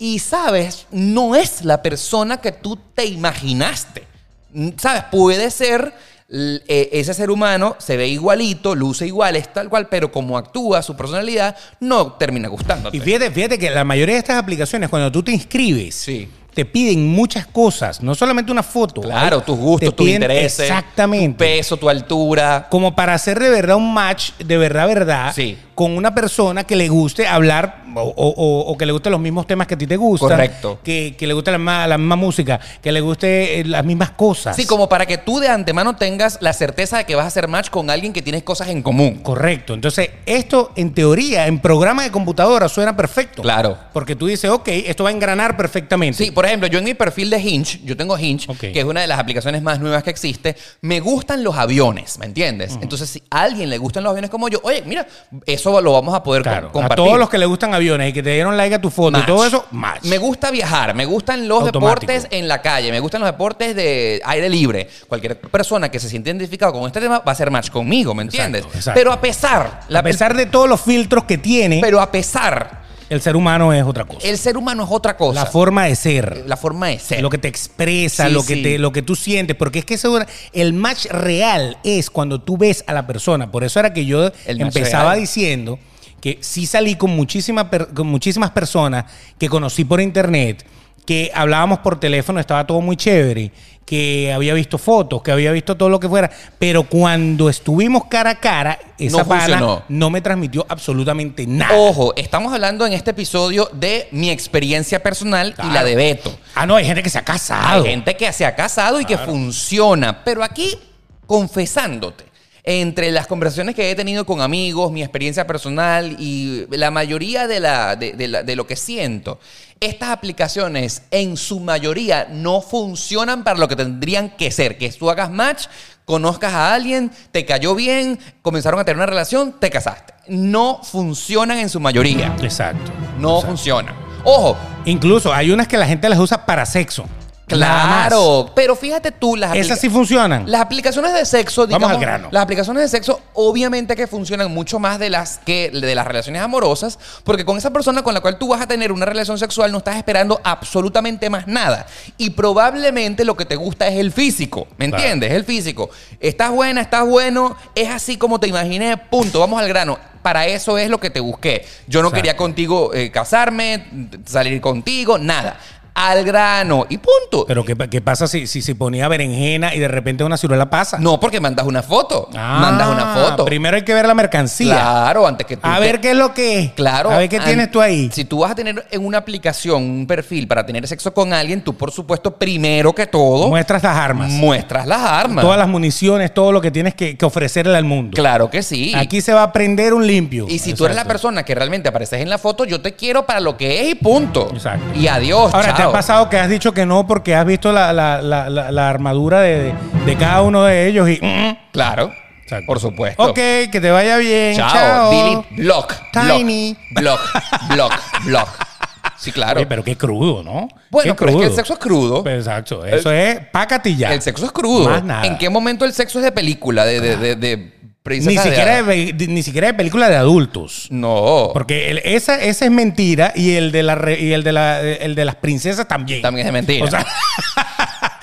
y sabes, no es la persona que tú te imaginaste. Mm, ¿Sabes? Puede ser l- eh, ese ser humano, se ve igualito, luce igual, es tal cual, pero como actúa, su personalidad, no termina gustándote. Y fíjate, fíjate que la mayoría de estas aplicaciones, cuando tú te inscribes, Sí. te piden muchas cosas, no solamente una foto. Claro, Ahí tus te gustos, tus piden intereses. Tu Exactamente. peso, tu altura. como para hacer de verdad un match, de verdad, verdad, Sí. con una persona que le guste hablar o, o- o- o que le guste los mismos temas que a ti te gustan. Correcto. Que, que le guste la misma, la misma música, que le guste eh, las mismas cosas. Sí, como para que tú de antemano tengas la certeza de que vas a hacer match con alguien que tienes cosas en común. Correcto. Entonces, esto en teoría, en programa de computadora, suena perfecto. Claro. Porque tú dices, ok, esto va a engranar perfectamente. Sí, por ejemplo, yo en mi perfil de Hinge, yo tengo Hinge, Ok. que es una de las aplicaciones más nuevas que existe, me gustan los aviones, ¿me entiendes? Entonces, si a alguien le gustan los aviones como yo, oye, mira, eso lo vamos a poder co- Claro. A compartir. todos los que le gustan aviones y que te dieron like a tu foto y Match. todo eso, match. Me gusta viajar, me gustan los Automático. deportes en la calle, me gustan los deportes de aire libre. Cualquier persona que se siente identificado con este tema va a hacer match conmigo, ¿me entiendes? exacto. Pero a pesar, la- a pesar de todos los filtros que tiene, pero a pesar, el ser humano es otra cosa. el ser humano es otra cosa. la forma de ser. La forma de ser. lo que te expresa, Sí, lo, que sí. te, lo que tú sientes, porque es que eso, el match real es cuando tú ves a la persona. Por eso era que yo El match empezaba real. diciendo que sí salí con, muchísima per- con muchísimas personas que conocí por internet, que hablábamos por teléfono, estaba todo muy chévere, que había visto fotos, que había visto todo lo que fuera, pero cuando estuvimos cara a cara, esa No pana funcionó. Oh. no me transmitió absolutamente nada. Ojo, estamos hablando en este episodio de mi experiencia personal y la Claro. de Beto. Ah, no, hay gente que se ha Hay casado. gente que se ha casado y que funciona, pero aquí confesándote. Entre las conversaciones que he tenido con amigos, mi experiencia personal y la mayoría de, la, de, de la- de lo que siento, estas aplicaciones en su mayoría no funcionan para lo que tendrían que ser, que tú hagas match, conozcas a alguien, te cayó bien, comenzaron a tener una relación, te casaste. No funcionan en su mayoría, Exacto. no funcionan. Ojo, Incluso hay unas que la gente las usa para sexo. Nada más. Claro, pero fíjate tú, las, aplica- Esas sí funcionan. las aplicaciones de sexo, Vamos digamos, al grano. las aplicaciones de sexo obviamente que funcionan mucho más de las que de las relaciones amorosas, porque con esa persona con la cual tú vas a tener una relación sexual no estás esperando absolutamente más nada y probablemente lo que te gusta es el físico, ¿me Claro. entiendes? El físico. Estás buena, estás bueno, es así como te imaginé, punto, vamos al grano. Para eso es lo que te busqué. Yo no Exacto. quería contigo eh, casarme, salir contigo, nada. Al grano y punto. Pero ¿qué, qué pasa si, si se ponía berenjena y de repente una ciruela pasa? Ah. No, porque mandas una foto. Ah, mandas una foto. Primero hay que ver la mercancía. Claro, antes que tú. A te- ver qué es lo que es. Claro. A ver qué an- tienes tú ahí. Si tú vas a tener en una aplicación un perfil para tener sexo con alguien, tú, por supuesto, primero que todo, Muestras las armas. muestras las armas. Todas las municiones, todo lo que tienes que, que ofrecerle al mundo. Claro que sí. Aquí se va a prender un limpio. y si tú eres la Exacto. persona que realmente apareces en la foto, yo te quiero para lo que es y punto. Exacto. Y adiós, Ahora, ¿te pues, chao. ha pasado que has dicho que no porque has visto la, la- la- la- la armadura de, de- de cada uno de ellos y... mm, mm. Claro. Exacto. Por supuesto. Ok, que te vaya bien. Chao. Chao. Delete. Block. Tiny. Block. Block. Block. block. Sí, claro. Oye, pero qué crudo, ¿no? Bueno, Qué pero es que el crudo. sexo es crudo. Pero exacto. Eso es pácate y ya. El sexo es crudo. Más nada. ¿En qué momento el sexo es de película? De, de, de, de princesa ni, de siquiera Hada? de, de- ni siquiera de película de adultos. No. Porque el- esa, esa es mentira y el de la re- y el de la- el de las princesas también. También es mentira. O sea,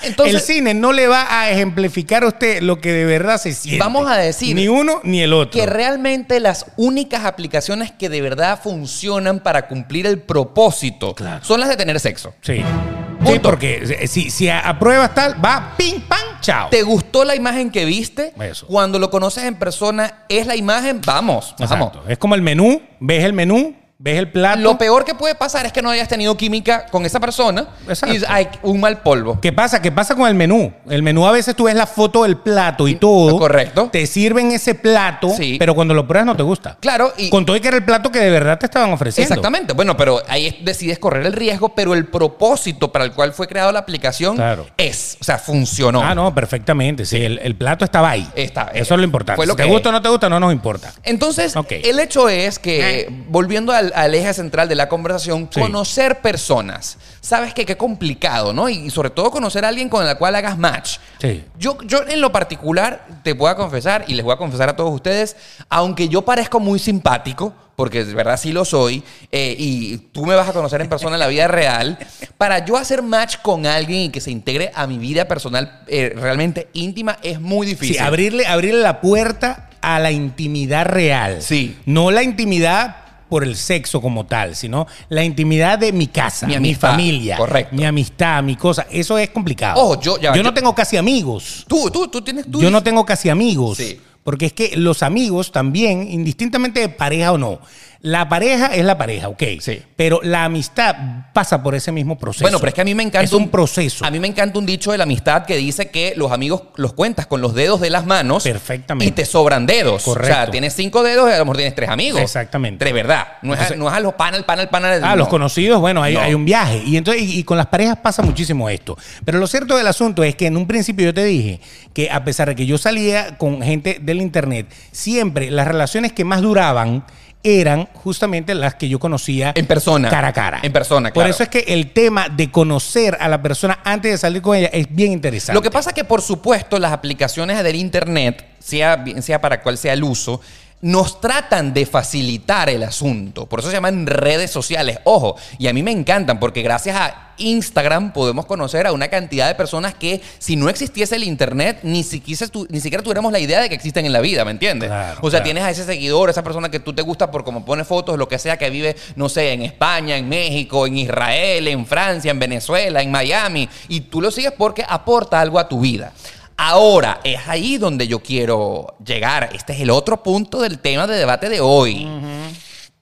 el Entonces, cine no le va a ejemplificar a usted lo que de verdad se siente. Vamos a decir ni uno ni el otro. que realmente las únicas aplicaciones que de verdad funcionan para cumplir el propósito Claro. son las de tener sexo. Sí. Sí, Punto. porque si, si apruebas tal, va pim pam, chao. ¿Te gustó la imagen que viste? Eso. Cuando lo conoces en persona, es la imagen, vamos, vamos. Exacto. Es como el menú, ves el menú, ves el plato. Lo peor que puede pasar es que no hayas tenido química con esa persona y Exacto. hay un mal polvo. ¿Qué pasa? ¿Qué pasa con el menú? El menú a veces tú ves la foto del plato y todo. Correcto. Te sirven ese plato, Sí. pero cuando lo pruebas no te gusta. Claro, y, Con todo y que era el plato que de verdad te estaban ofreciendo. Exactamente. Bueno, pero ahí es- decides correr el riesgo, pero el propósito para el cual fue creada la aplicación Claro. es, o sea, funcionó. Ah, no, perfectamente. Sí, el, el plato estaba ahí. Está- Eso es lo importante. fue lo si te que- gusta o no te gusta, no nos importa. Entonces, Ok. el hecho es que, volviendo al, al eje central de la conversación, Sí. conocer personas. Sabes que qué complicado, ¿no? Y, y sobre todo conocer a alguien con la cual hagas match. Sí. Yo, yo en lo particular te voy a confesar y les voy a confesar a todos ustedes, aunque yo parezco muy simpático, porque de verdad sí lo soy, eh, y tú me vas a conocer en persona en la vida real, para yo hacer match con alguien y que se integre a mi vida personal eh, realmente íntima es muy Sí, difícil. abrirle, abrirle la puerta a la intimidad real. Sí. No la intimidad por el sexo como tal, sino la intimidad de mi casa, Mi mi, amistad, familia, correcto. mi amistad, mi cosa. Eso es complicado. Ojo, yo- ya va, yo- no tengo casi amigos. Tú, tú, tú tienes... Tú Yo no tengo casi amigos. Sí. Porque es que los amigos también, indistintamente de pareja o no, la pareja es la pareja, ok. Sí. Pero la amistad pasa por ese mismo proceso. Bueno, pero es que a mí me encanta Es un proceso. A mí me encanta un dicho de la amistad que dice que los amigos los cuentas con los dedos de las manos. Perfectamente. Y te sobran dedos. Correcto. O sea, tienes cinco dedos y a lo mejor tienes tres amigos. Exactamente. De verdad. No es, a- Entonces- no es a los panas, el pana, el pana. Ah, no. los conocidos, bueno, hay, No. hay un viaje. Y entonces, y, y con las parejas pasa muchísimo esto. Pero lo cierto del asunto es que en un principio yo te dije que a pesar de que yo salía con gente del internet, siempre las relaciones que más duraban eran justamente las que yo conocía En persona. cara a cara. En persona, Por claro. eso es que el tema de conocer a la persona antes de salir con ella es bien interesante. Lo que pasa es que, por supuesto, las aplicaciones del Internet, sea, bien sea para cual sea el uso, nos tratan de facilitar el asunto. Por eso se llaman redes sociales. Ojo, y a mí me encantan porque gracias a Instagram podemos conocer a una cantidad de personas que si no existiese el Internet, ni siquiera, tu- ni siquiera tuviéramos la idea de que existen en la vida, ¿me entiendes? Claro, o sea, claro. tienes a ese seguidor, esa persona que tú te gusta por cómo pone fotos, lo que sea, que vive, no sé, en España, en México, en Israel, en Francia, en Venezuela, en Miami, y tú lo sigues porque aporta algo a tu vida. Ahora, es ahí donde yo quiero llegar. Este es el otro punto del tema de debate de hoy.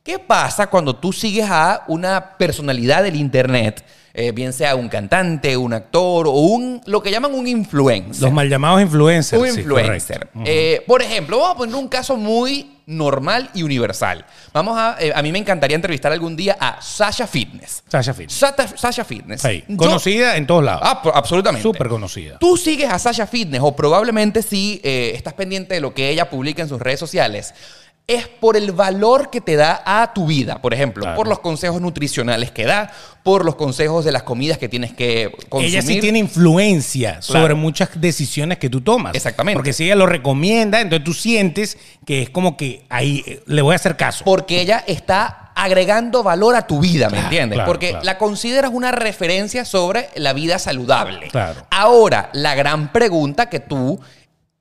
¿Qué pasa cuando tú sigues a una personalidad del Internet? eh, bien sea un cantante, un actor o un, lo que llaman un influencer. Los mal llamados influencers. Un sí, influencer. correcto. Eh, por ejemplo, vamos a poner un caso muy normal y universal. Vamos a, eh, a mí me encantaría entrevistar algún día a Sasha Fitness. Sasha Fitch. Sata- Sasha Fitness. Sí, Yo- Conocida en todos lados. Ah, por- absolutamente. Súper conocida. Tú sigues a Sasha Fitness o probablemente sí eh, estás pendiente de lo que ella publica en sus redes sociales. es por el valor que te da a tu vida, por ejemplo, Claro. por los consejos nutricionales que da, por los consejos de las comidas que tienes que consumir. Ella sí tiene influencia sobre Claro. muchas decisiones que tú tomas. Exactamente. Porque si ella lo recomienda, entonces tú sientes que es como que ahí eh, le voy a hacer caso. Porque ella está agregando valor a tu vida, ¿me Claro, entiendes? claro, Porque claro. la consideras una referencia sobre la vida saludable. Claro. Ahora, la gran pregunta que tú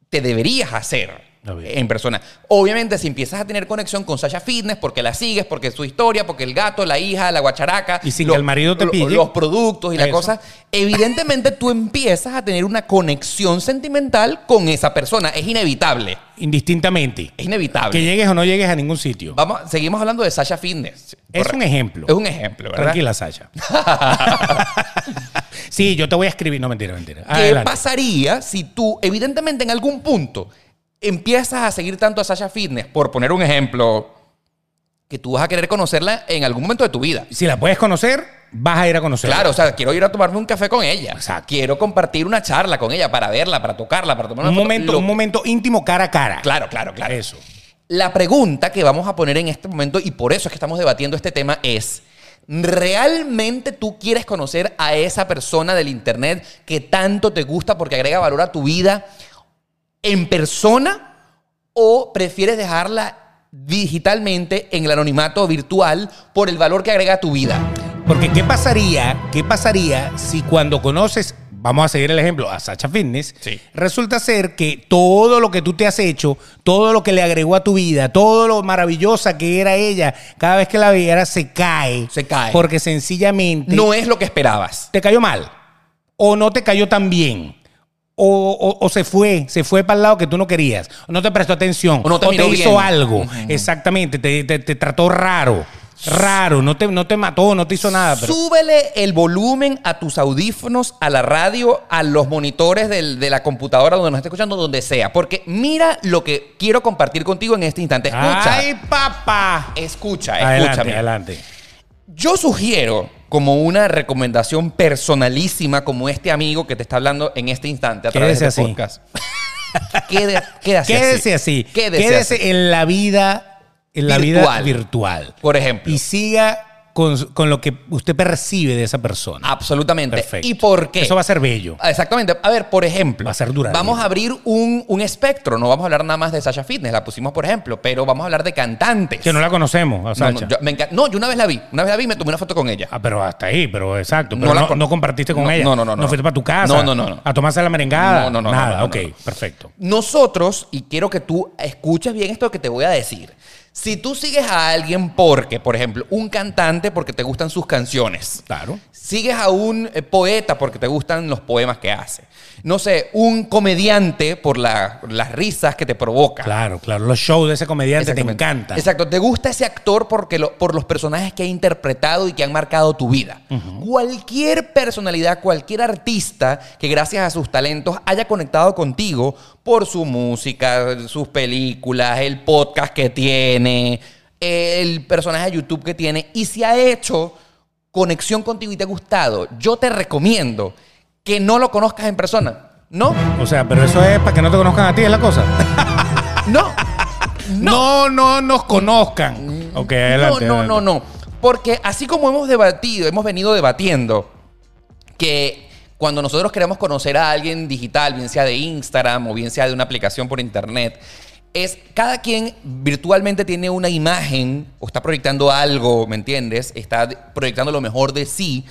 te deberías hacer A ver. en persona. Obviamente, si empiezas a tener conexión con Sasha Fitness, porque la sigues, porque su historia, porque el gato, la hija, la guacharaca. Y sin que el marido te lo- pille. Los productos y la Eso. cosa. Evidentemente, tú empiezas a tener una conexión sentimental con esa persona. Es inevitable. Indistintamente. Es inevitable. Que llegues o no llegues a ningún sitio. Vamos, seguimos hablando de Sasha Fitness. Es Correcto. un ejemplo. Es un ejemplo, ¿verdad? Tranquila, Sasha. sí, yo te voy a escribir. No, mentira, mentira. ¿Qué Adelante. pasaría si tú, evidentemente, en algún punto empiezas a seguir tanto a Sasha Fitness, por poner un ejemplo, que tú vas a querer conocerla en algún momento de tu vida? Si la puedes conocer, vas a ir a conocerla. Claro, o sea, quiero ir a tomarme un café con ella. Exacto. Quiero compartir una charla con ella para verla, para tocarla, para tomar una Un foto, momento, lo- un momento íntimo cara a cara. Claro, claro, claro. Eso. La pregunta que vamos a poner en este momento, y por eso es que estamos debatiendo este tema, es, ¿realmente tú quieres conocer a esa persona del Internet que tanto te gusta porque agrega valor a tu vida en persona o prefieres dejarla digitalmente en el anonimato virtual por el valor que agrega a tu vida? Porque ¿qué pasaría? ¿Qué pasaría si cuando conoces, vamos a seguir el ejemplo, a Sacha Fitness, Sí. resulta ser que todo lo que tú te has hecho, todo lo que le agregó a tu vida, todo lo maravillosa que era ella, cada vez que la viera se cae. Se cae. Porque sencillamente No es lo que esperabas. te cayó mal. O no te cayó tan bien. O, o- o se fue, se fue para el lado que tú no querías. O no te prestó atención. O no te miró hizo bien. algo. Ujú. Exactamente. Te, te- te trató raro. Raro. No te, no te mató, no te hizo nada. Ah, Pero Súbele el volumen a tus audífonos, a la radio, a los monitores del- de la computadora donde nos esté escuchando, donde sea. Porque mira lo que quiero compartir contigo en este instante. Escucha. ¡Ay, papá! Escucha, Adelante, escúchame. adelante. Yo sugiero, como una recomendación personalísima, como este amigo que te está hablando en este instante a través Quédese de así. podcast. Quede- quédase, Quédese así. Quédese, así. en la vida, en la vida Virtual. virtual. Por ejemplo. Y siga con, con lo que usted percibe de esa persona. Absolutamente. Perfecto. ¿Y por qué? Eso va a ser bello. Ah, Exactamente. A ver, por ejemplo, Va a ser duradero. vamos a abrir un, un espectro. No vamos a hablar nada más de Sasha Fitness, la pusimos por ejemplo, pero vamos a hablar de cantantes. Que no la conocemos, a No, Sacha. no, yo, me encan- no, yo una vez la vi. Una vez la vi y me tomé una foto con ella. Ah, pero hasta ahí, pero exacto. No Pero no, la con- no compartiste con No, ella. no, no, no, No no. fuiste para tu casa. No, no, no, no. A tomarse la merengada. No, no, no, Nada, no, no, ok, no, no. perfecto. Nosotros, y quiero que tú escuches bien esto que te voy a decir. Si tú sigues a alguien porque, por ejemplo, un cantante porque te gustan sus canciones, Claro. sigues a un eh, poeta porque te gustan los poemas que hace, no sé, un comediante por la- las risas que te provoca, Claro, claro. Los shows de ese comediante te Exactamente. encantan. Exacto, te gusta ese actor porque lo- por los personajes que ha interpretado y que han marcado tu vida. Cualquier personalidad, cualquier artista que gracias a sus talentos haya conectado contigo por su música, sus películas, el podcast que tiene, el personaje de YouTube que tiene y se ha hecho conexión contigo y te ha gustado, yo te recomiendo que no lo conozcas en persona. No, O sea, pero eso es para que no te conozcan a ti, es la cosa. no. No, no, nos conozcan. Ok, adelante. No, no, no, adelante. no. Porque así como hemos debatido, hemos venido debatiendo que cuando nosotros queremos conocer a alguien digital, bien sea de Instagram o bien sea de una aplicación por internet, es cada quien virtualmente tiene una imagen o está proyectando algo, ¿me entiendes? Está proyectando lo mejor de sí.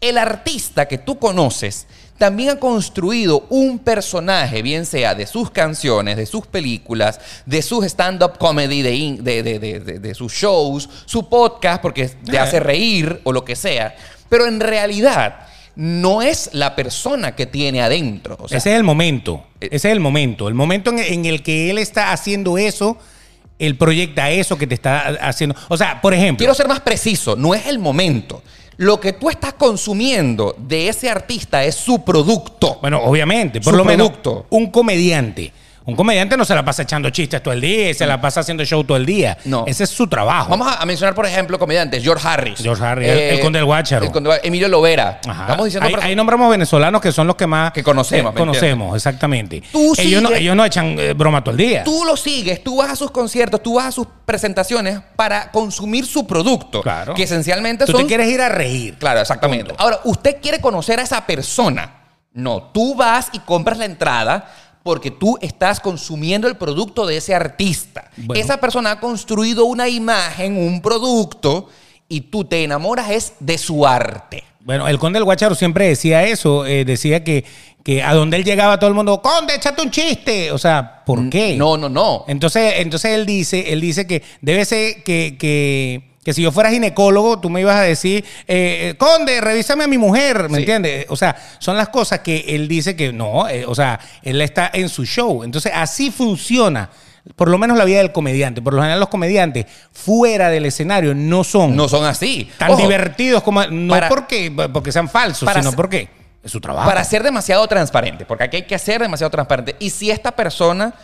El artista que tú conoces también ha construido un personaje, bien sea de sus canciones, de sus películas, de sus stand-up comedy, de, in- de- de- de- de- de sus shows, su podcast, porque te Ah. hace reír o lo que sea. Pero en realidad no es la persona que tiene adentro. O sea, Ese es el momento. Eh. Ese es el momento. El momento en, en el que él está haciendo eso, él proyecta eso que te está haciendo. O sea, por ejemplo. quiero ser más preciso, no es el momento. Lo que tú estás consumiendo de ese artista es su producto. Bueno, obviamente, por Su lo menos producto. un comediante. Un comediante no se la pasa echando chistes todo el día y se la pasa haciendo show todo el día. No. Ese es su trabajo. Vamos a, a mencionar, por ejemplo, comediantes. George Harris. Eh, George Harris, el- el conde del Guácharo. el conde del Guá- Emilio Lovera. Ajá. Estamos diciendo... ahí, perso- ahí nombramos venezolanos que son los que más Que conocemos, ¿me entiendes? conocemos, exactamente. Tú ellos, no, sigues- ellos no echan eh, broma todo el día. Tú lo sigues, tú vas a sus conciertos, tú vas a sus presentaciones para consumir su producto. Claro. Que esencialmente Tú son... te quieres ir a reír. Claro, exactamente. Punto. Ahora, usted quiere conocer a esa persona. No, tú vas y compras la entrada porque tú estás consumiendo el producto de ese artista. Bueno. Esa persona ha construido una imagen, un producto, y tú te enamoras es de su arte. Bueno, el conde del Guacharo siempre decía eso, eh, decía que, que a donde él llegaba todo el mundo, conde, échate un chiste. O sea, ¿por qué? No, no, no. Entonces, entonces él dice, él dice que debe ser que, que, que si yo fuera ginecólogo, tú me ibas a decir, eh, eh, Conde, revísame a mi mujer, ¿me Sí. entiendes? O sea, son las cosas que él dice que no, eh, o sea, él está en su show. Entonces, así funciona. Por lo menos la vida del comediante. Por lo general, los comediantes fuera del escenario no son No son así. tan Ojo, divertidos como. No para- porque, porque sean falsos, para sino se- porque es su trabajo. Para ser demasiado transparente, porque aquí hay que ser demasiado transparente. Y si esta persona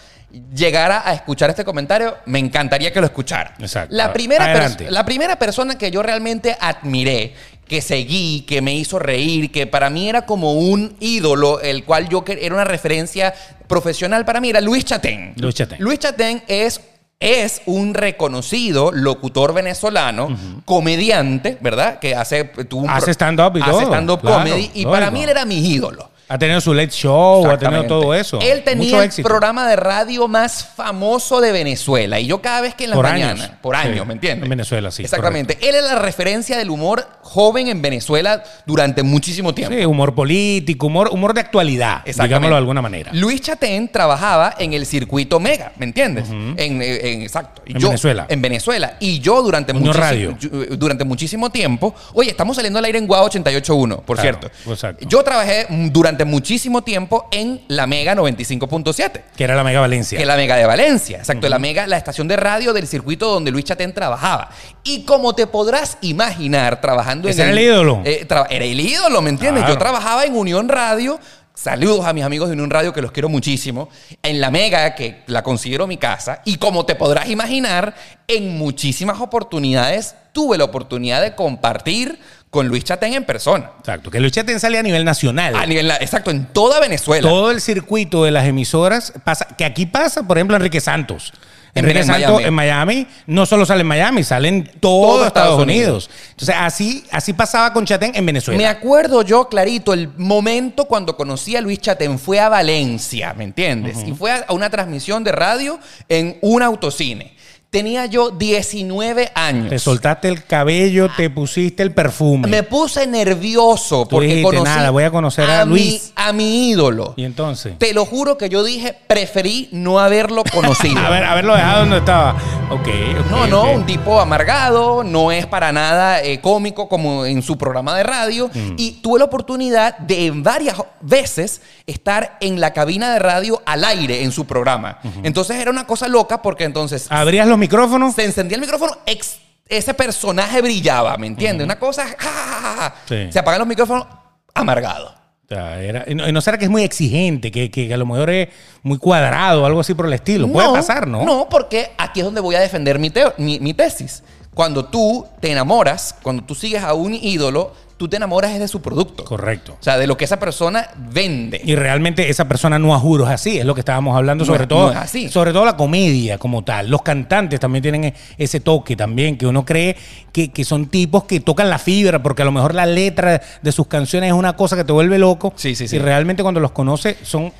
llegara a escuchar este comentario, me encantaría que lo escuchara. Exacto. A La ver, primera, pers- adelante. la primera persona que yo realmente admiré, que seguí, que me hizo reír, que para mí era como un ídolo, el cual yo que- era una referencia profesional para mí, era Luis Chatén. Luis Chatén. Luis Chatén es, es un reconocido locutor venezolano, comediante, ¿verdad? Que hace... tuvo un Hace pro- stand-up y hace todo. stand-up Claro, comedy. Y para lógico. mí él era mi ídolo. Ha tenido su late show, Oh, ha tenido todo eso. Él tenía Mucho el éxito. programa de radio más famoso de Venezuela. Y yo cada vez que en las Por mañanas, años. por años, Sí, ¿me entiendes? en Venezuela, sí, Exactamente. Él era la referencia del humor joven en Venezuela durante muchísimo tiempo. Sí, humor político, humor, humor de actualidad, Exactamente. digámoslo de alguna manera. Luis Chatén trabajaba en el circuito Mega, ¿me entiendes? en, eh, en- exacto. Y En Venezuela. En Venezuela. Y yo durante, Unión muchísimo, Radio. yo- eh, durante muchísimo tiempo. Oye, estamos saliendo al aire en Guau 88.1, por Claro, cierto. exacto. Yo trabajé mm, durante muchísimo tiempo en la Mega 95.7. Que era la Mega Valencia. Que la Mega de Valencia, exacto, la Mega, la estación de radio del circuito donde Luis Chatén trabajaba. Y como te podrás imaginar, trabajando Ese en. era el ídolo. eh, tra- era el ídolo, ¿me entiendes? Claro. Yo trabajaba en Unión Radio. Saludos a mis amigos de Unión Radio, que los quiero muchísimo. En la Mega, que la considero mi casa. Y como te podrás imaginar, en muchísimas oportunidades tuve la oportunidad de compartir con Luis Chatén en persona. Exacto. Que Luis Chatén salía a nivel nacional. A nivel, exacto, en toda Venezuela. Todo el circuito de las emisoras pasa. Que aquí pasa, por ejemplo, Enrique Santos. En- Enrique en Santos Miami. en Miami no solo sale en Miami, sale en todo, Todo Estados, Estados Unidos. Entonces, así, así pasaba con Chatén en Venezuela. Me acuerdo yo clarito, el momento cuando conocí a Luis Chatén fue a Valencia, ¿me entiendes? Y fue a a una transmisión de radio en un autocine. Tenía yo 19 años. Te soltaste el cabello, te pusiste el perfume. Me puse nervioso porque dijiste, conocí "Nada, voy a conocer a mi- Luis". a mi ídolo. Y entonces. Te lo juro que yo dije, preferí no haberlo conocido. A ver, haberlo dejado donde estaba. Ok. ok, No, no, ok. un tipo amargado, no es para nada eh, cómico como en su programa de radio. Y tuve la oportunidad de en varias veces estar en la cabina de radio al aire en su programa. Entonces era una cosa loca porque entonces Abrías los micrófonos. se encendía el micrófono, ex- ese personaje brillaba, ¿me entiendes? Una cosa, ja, ja, ja, ja. Sí. se apagan los micrófonos, amargado. O sea, era- y, no, y no será que es muy exigente, que, que a lo mejor es muy cuadrado, algo así por el estilo. Puede pasar, ¿no? No, porque aquí es donde voy a defender mi, teo- mi- mi tesis. Cuando tú te enamoras, cuando tú sigues a un ídolo, tú te enamoras es de su producto. Correcto. O sea, de lo que esa persona vende. Y realmente esa persona no a juros así, es lo que estábamos hablando, No sobre es- todo. no es así. Sobre todo la comedia como tal. Los cantantes también tienen e- ese toque también, que uno cree que, que son tipos que tocan la fibra, porque a lo mejor la letra de sus canciones es una cosa que te vuelve loco. Sí, sí, sí. Y realmente cuando los conoces son.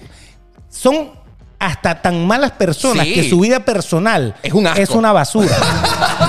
son hasta tan malas personas Sí. que su vida personal Es un asco. es una basura.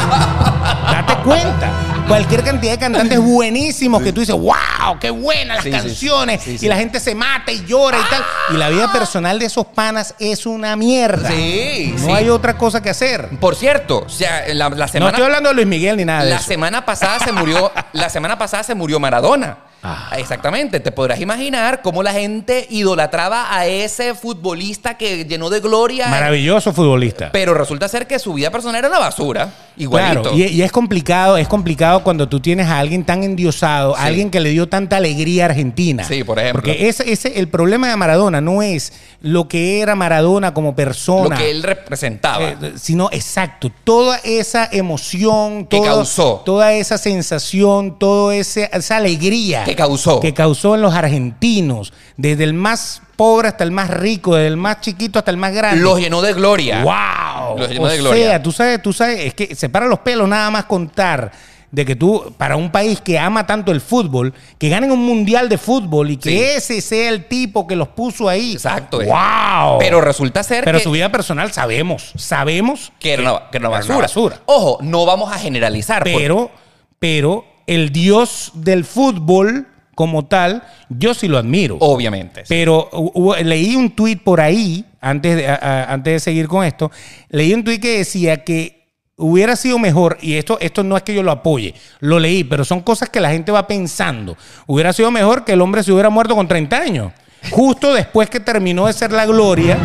Date cuenta. Cualquier cantidad de cantantes buenísimos que tú dices, wow, qué buenas las Sí, sí, sí. canciones. Sí, Y sí. la gente se mata y llora y tal. Y la vida personal de esos panas es una mierda. Sí, No sí. hay otra cosa que hacer. Por cierto, o sea, la, la No semana, estoy hablando de Luis Miguel ni nada de la eso. semana pasada se murió, la semana pasada se murió Maradona. Ah. Exactamente, te podrás imaginar cómo la gente idolatraba a ese futbolista que llenó de gloria. Maravilloso futbolista. Pero resulta ser que su vida personal era una basura. igualito. Claro, y, y es complicado, es complicado cuando tú tienes a alguien tan endiosado, a Sí. alguien que le dio tanta alegría a Argentina. Sí, por ejemplo. Porque ese, ese- el problema de Maradona no es lo que era Maradona como lo persona. que él representaba. eh, sino exacto, toda esa emoción Que todo- causó. toda esa sensación, toda ese- esa alegría que causó. que causó en los argentinos, desde el más pobre hasta el más rico, desde el más chiquito hasta el más grande. los llenó de gloria. ¡Wow! Los llenó o de gloria. sea, tú sabes, tú sabes, es que se paran los pelos nada más contar de que tú, para un país que ama tanto el fútbol, que ganen un mundial de fútbol y que Sí. ese sea el tipo que los puso ahí. Exacto, eh. ¡Wow! Pero resulta ser Pero que, su vida personal sabemos, sabemos, que era una, que era una Era una basura. basura. Ojo, no vamos a generalizar. pues, porque- pero, pero el dios del fútbol como tal, yo sí lo admiro. obviamente. Pero hu- hubo- leí un tuit por ahí, antes de, a- a- antes de seguir con esto, leí un tuit que decía que hubiera sido mejor, y esto, esto no es que yo lo apoye, lo leí, pero son cosas que la gente va pensando. Hubiera sido mejor que el hombre se hubiera muerto con 30 años, justo después que terminó de ser la gloria,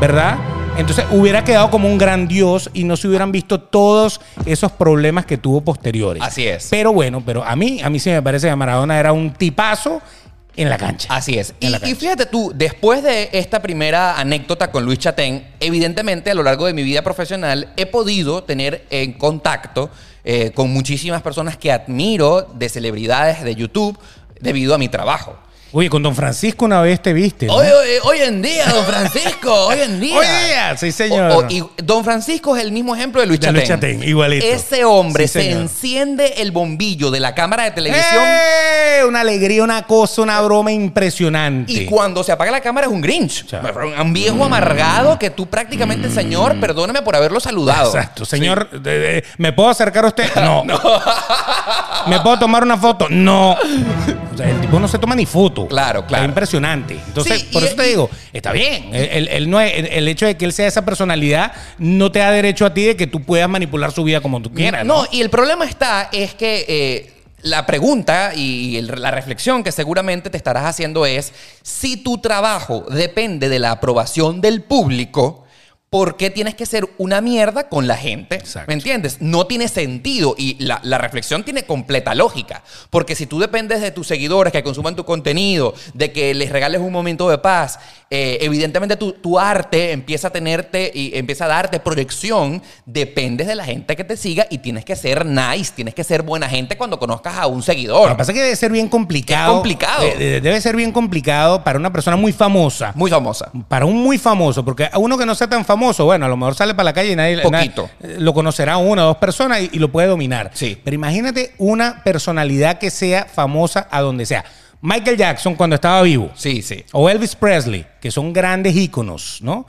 ¿verdad? Entonces hubiera quedado como un gran dios y no se hubieran visto todos esos problemas que tuvo posteriores. Así es. Pero bueno, pero a mí, a mí sí me parece que Maradona era un tipazo en la cancha. Así es. En Y, la y cancha. fíjate tú, después de esta primera anécdota con Luis Chatén, evidentemente a lo largo de mi vida profesional he podido tener en contacto eh, con muchísimas personas que admiro de celebridades de YouTube debido a mi trabajo. Oye, con Don Francisco una vez te viste. ¿no? Hoy, hoy- hoy en día, don Francisco, hoy en día. Hoy día, sí, señor. O- o- y don Francisco es el mismo ejemplo de Luis De Chatén. Luis Chatén, igualito. Ese hombre Sí, se señor. enciende el bombillo de la cámara de televisión ¡Eh! Una alegría, una cosa, una broma impresionante. Y cuando se apaga la cámara es un Grinch. Chao. Un viejo amargado que tú prácticamente, señor, perdóname por haberlo saludado. Mm. Exacto, señor, de- de- ¿me puedo acercar a usted? No. ¿Me puedo tomar una foto? No. O sea, el tipo no se toma ni foto. Claro, claro. Es impresionante. Entonces, Sí, por y- eso te y- digo, está bien. El, el- el no es- el- el hecho de que él sea esa personalidad no te da derecho a ti de que tú puedas manipular su vida como tú quieras. No, y el problema está es que eh, la pregunta y el- la reflexión que seguramente te estarás haciendo es, si tu trabajo depende de la aprobación del público, ¿por qué tienes que ser una mierda con la gente? Exacto. ¿Me entiendes? No tiene sentido y la, la reflexión tiene completa lógica, porque si tú dependes de tus seguidores que consuman tu contenido, de que les regales un momento de paz, eh, evidentemente tu, tu arte empieza a tenerte y empieza a darte proyección, dependes de la gente que te siga y tienes que ser nice, tienes que ser buena gente cuando conozcas a un seguidor. Lo que pasa es que debe ser bien complicado. Es complicado. Eh, eh, Debe ser bien complicado para una persona muy famosa. Muy famosa. Para un muy famoso, porque a uno que no sea tan famoso, bueno, a lo mejor sale para la calle y nadie Poquito. nadie- eh, lo conocerá una o dos personas y, y lo puede dominar. Sí. Pero imagínate una personalidad que sea famosa a donde sea. Michael Jackson cuando estaba vivo. Sí, sí. O Elvis Presley, que son grandes íconos, ¿no?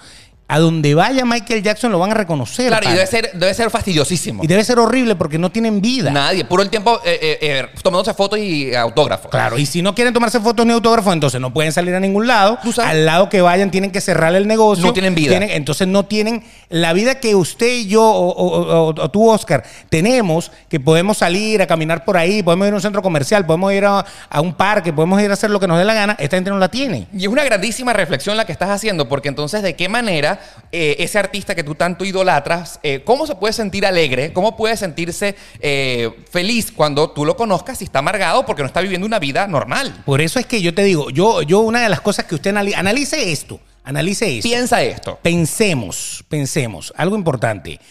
A donde vaya Michael Jackson lo van a reconocer. Claro, y pana. debe ser, debe ser fastidiosísimo. Y debe ser horrible porque no tienen vida. Nadie, puro el tiempo eh, eh, eh, tomándose fotos y autógrafos. Claro, y si no quieren tomarse fotos ni autógrafos, entonces no pueden salir a ningún lado. Tú sabes. Al lado que vayan tienen que cerrar el negocio. No tienen vida. entonces no tienen la vida que usted y yo, o, o- o- o tú, Oscar, tenemos, que podemos salir a caminar por ahí, podemos ir a un centro comercial, podemos ir a, a un parque, podemos ir a hacer lo que nos dé la gana. Esta gente no la tiene. Y es una grandísima reflexión la que estás haciendo, porque entonces, ¿de qué manera eh, ese artista que tú tanto idolatras, eh, cómo se puede sentir alegre, cómo puede sentirse eh, feliz cuando tú lo conozcas y está amargado porque no está viviendo una vida normal? Por eso es que yo te digo, yo, yo una de las cosas que usted analiza, analice esto, analice esto. Piensa esto. Pensemos, pensemos, algo importante.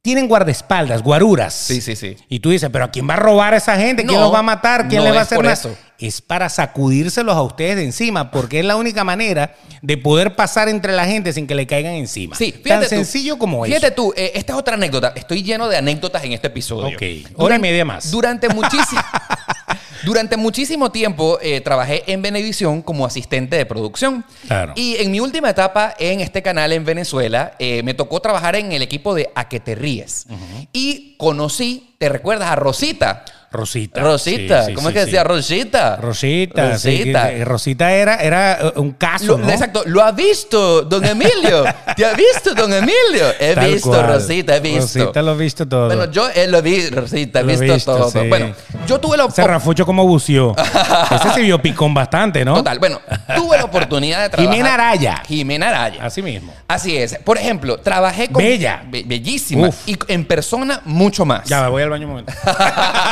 Tienen guardaespaldas, guaruras. Sí, sí, sí. Y tú dices, pero ¿a quién va a robar a esa gente? ¿Quién No, los va a matar? ¿Quién no les va a es hacer por nada? eso. Es para sacudírselos a ustedes de encima, porque es la única manera de poder pasar entre la gente sin que le caigan encima. Sí, Tan tú. sencillo como Fíjate eso. tú, eh, esta es otra anécdota. Estoy lleno de anécdotas en este episodio. Ok, hora y Duran- media más. Durante muchísimo, durante muchísimo tiempo eh, trabajé en Venevisión como asistente de producción. Claro. Y en mi última etapa en este canal en Venezuela, eh, me tocó trabajar en el equipo de A que te ríes. Y conocí, ¿te recuerdas? A Rosita. Rosita. Rosita, Ah, Sí, sí, ¿cómo sí, es que sí. decía? Rosita. Rosita. sí, Rosita. que- que Rosita era, era eh, un caso, Lo- ¿no? Exacto, lo ha visto, don Emilio. ¿Te ha visto, don Emilio? He Tal visto, cual. Rosita, he visto. Rosita lo he visto todo. Bueno, yo eh, lo vi, Rosita, he Lo he visto, visto, todo. sí. Bueno, yo tuve la Ese oportunidad. Rafucho como buceó. Ese se vio picón bastante, ¿no? Total, bueno, tuve la oportunidad de trabajar. Jimena Araya. Jimena Araya. Así mismo. Así es. Por ejemplo, trabajé con. Bella. Be- bellísima. Uf. Y en persona, mucho más. Ya, me voy al baño un momento.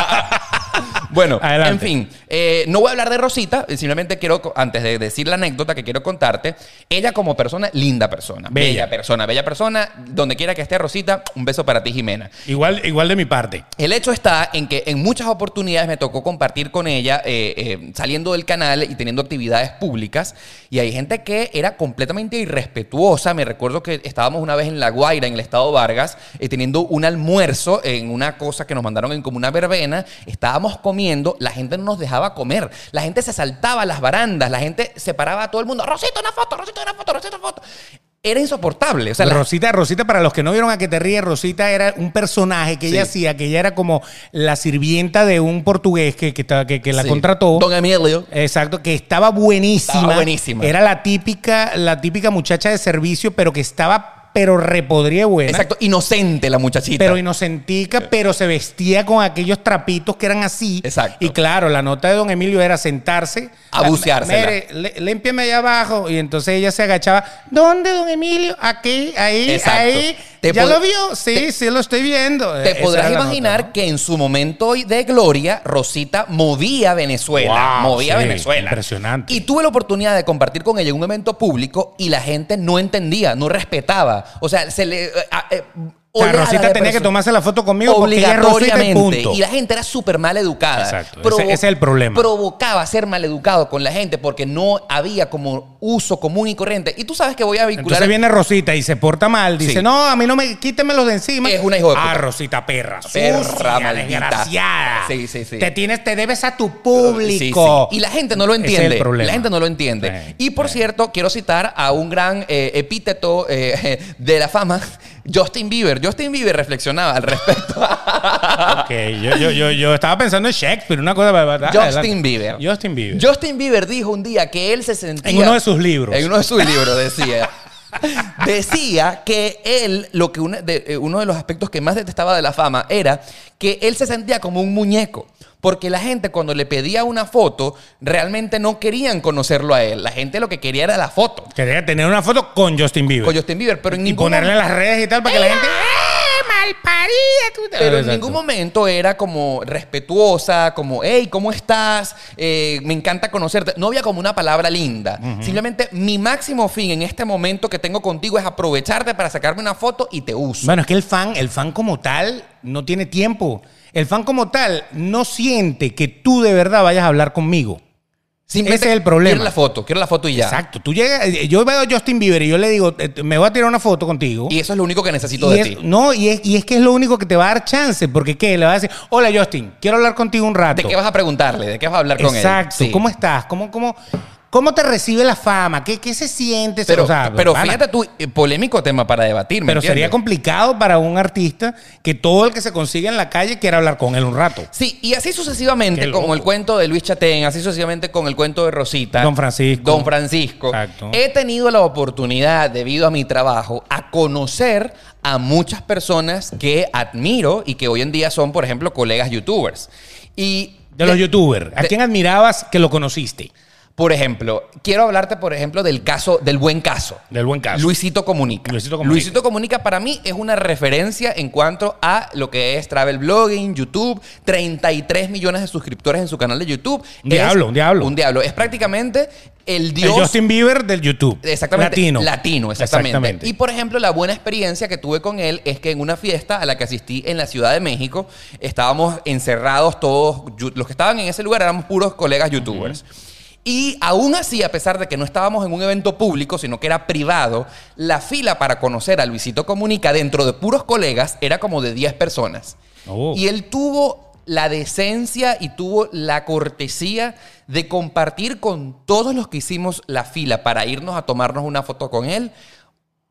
Bueno, Adelante. en fin, eh, no voy a hablar de Rosita, eh, simplemente quiero, co- antes de decir la anécdota que quiero contarte, ella como persona, linda persona, bella, Bella. persona, bella persona, donde quiera que esté Rosita, un beso para ti, Jimena. Igual, igual de mi parte. El hecho está en que en muchas oportunidades me tocó compartir con ella eh, eh, saliendo del canal y teniendo actividades públicas. Y hay gente que era completamente irrespetuosa. Me recuerdo que estábamos una vez en La Guaira, en el estado Vargas, eh, teniendo un almuerzo en una cosa que nos mandaron en como una verbena. Estábamos comiendo, la gente no nos dejaba comer. La gente se saltaba a las barandas, la gente separaba a todo el mundo. Rosita, una foto, Rosita, una foto, Rosita, una foto. Era insoportable. O sea, la- Rosita, Rosita, para los que no vieron a que te ríes, Rosita era un personaje que ella Sí. hacía, que ella era como la sirvienta de un portugués que, que, estaba- que- que la Sí. contrató. Don Emilio. Exacto, que estaba buenísima. Estaba buenísima. Era la típica, la típica muchacha de servicio, pero que estaba, pero repodría buena. Exacto, inocente la muchachita. Pero inocentica, pero se vestía con aquellos trapitos que eran así. Exacto. Y claro, la nota de don Emilio era sentarse. A buceársela. Mire, lé- límpiame allá abajo. Y entonces ella se agachaba. ¿Dónde, don Emilio? Aquí, ahí, Exacto. ahí. Te ¿Ya pod- lo vio? Sí, sí, lo estoy viendo. Te Eh, Esa podrás era la imaginar nota, que en su momento de gloria, Rosita movía Venezuela. Wow, movía sí, Venezuela. impresionante. Y tuve la oportunidad de compartir con ella en un evento público y la gente no entendía, no respetaba. O sea, se le. eh, ah, eh, ¿no? O sea, olía a la Rosita tenía que depresión. tomarse la foto conmigo porque ella es Rosita y Obligatoriamente. punto. Y la gente era súper mal educada. Exacto, ese- ese es el problema. Provocaba ser mal educado con la gente porque no había como uso común y corriente. Y tú sabes que voy a vincular. Entonces viene Rosita y se porta mal. Dice, Sí. no, a mí no me quítemelos de encima. Es una hijo de Ah, puta. Rosita perra. Perra sucia, maldita. desgraciada. Sí, sí, sí. Te, tienes, te debes a tu Sí, sí. público. Y la gente no lo Ese es el entiende. problema. La gente no lo entiende. Sí, y por cierto, quiero citar a un gran eh, epíteto eh, de la fama, Justin Bieber. Justin Bieber reflexionaba al respecto. Ok, yo, yo, yo, yo estaba pensando en Shakespeare, una cosa. ¿verdad? Justin Bieber. Justin Bieber. Justin Bieber dijo un día que él se sentía. En uno de sus libros. En uno de sus libros decía. decía que él, lo que una- de- eh, uno de los aspectos que más detestaba de la fama era que él se sentía como un muñeco. Porque la gente cuando le pedía una foto, realmente no querían conocerlo a él. La gente lo que quería era la foto Quería tener una foto con Justin Bieber. con Justin Bieber. Pero en y ningún ponerle en momento- las redes y tal para que la gente. ¡Eh, malparida! tú te-". Pero en Ah, Exacto. ningún momento era como respetuosa, como, hey, ¿cómo estás? Eh, me encanta conocerte. No había como una palabra linda. Simplemente mi máximo fin en este momento que tengo contigo es aprovecharte para sacarme una foto y te uso. Bueno, es que el fan, el fan como tal, no tiene tiempo. El fan como tal no siente que tú de verdad vayas a hablar conmigo. Simplemente ese es el problema. Quiero la foto, quiero la foto y ya. Exacto. Tú llegas, eh, yo veo a Justin Bieber y yo le digo, eh, me voy a tirar una foto contigo. Y eso es lo único que necesito Y de es- ti. no, y es, y es que es lo único que te va a dar chance, porque ¿qué? Le vas a decir, hola Justin, quiero hablar contigo un rato. ¿De qué vas a preguntarle? ¿De qué vas a hablar con él? Exacto. Sí. ¿Cómo estás? ¿Cómo, cómo, ¿Cómo te recibe la fama? ¿Qué, qué se siente? Pero, O sea, pero pana, fíjate tú, eh, polémico tema para debatir. ¿me Pero sería entiendes? complicado para un artista que todo el que se consigue en la calle quiera hablar con él un rato. Sí, y así Qué sucesivamente, loco. como el cuento de Luis Chatén, así sucesivamente con el cuento de Rosita. Don Francisco. Don Francisco. Exacto. He tenido la oportunidad, debido a mi trabajo, a conocer a muchas personas que admiro y que hoy en día son, por ejemplo, colegas youtubers. Y De los youtubers. ¿A de- quién admirabas que lo conociste? Por ejemplo, quiero hablarte, por ejemplo, del caso, del buen caso. Del buen caso. Luisito Comunica. Luisito Comunica. Luisito Comunica para mí es una referencia en cuanto a lo que es travel blogging, YouTube, 33 millones de suscriptores en su canal de YouTube. Un Es- diablo, un diablo. Un diablo. Es prácticamente el dios. El Justin Bieber del YouTube. Exactamente. Latino. Latino, exactamente. Exactamente. Y por ejemplo, la buena experiencia que tuve con él es que en una fiesta a la que asistí en la Ciudad de México, estábamos encerrados todos, yu- los que estaban en ese lugar éramos puros colegas youtubers. Y aún así, a pesar de que no estábamos en un evento público, sino que era privado, la fila para conocer a Luisito Comunica dentro de puros colegas era como de 10 personas. Oh. Y él tuvo la decencia y tuvo la cortesía de compartir con todos los que hicimos la fila para irnos a tomarnos una foto con él.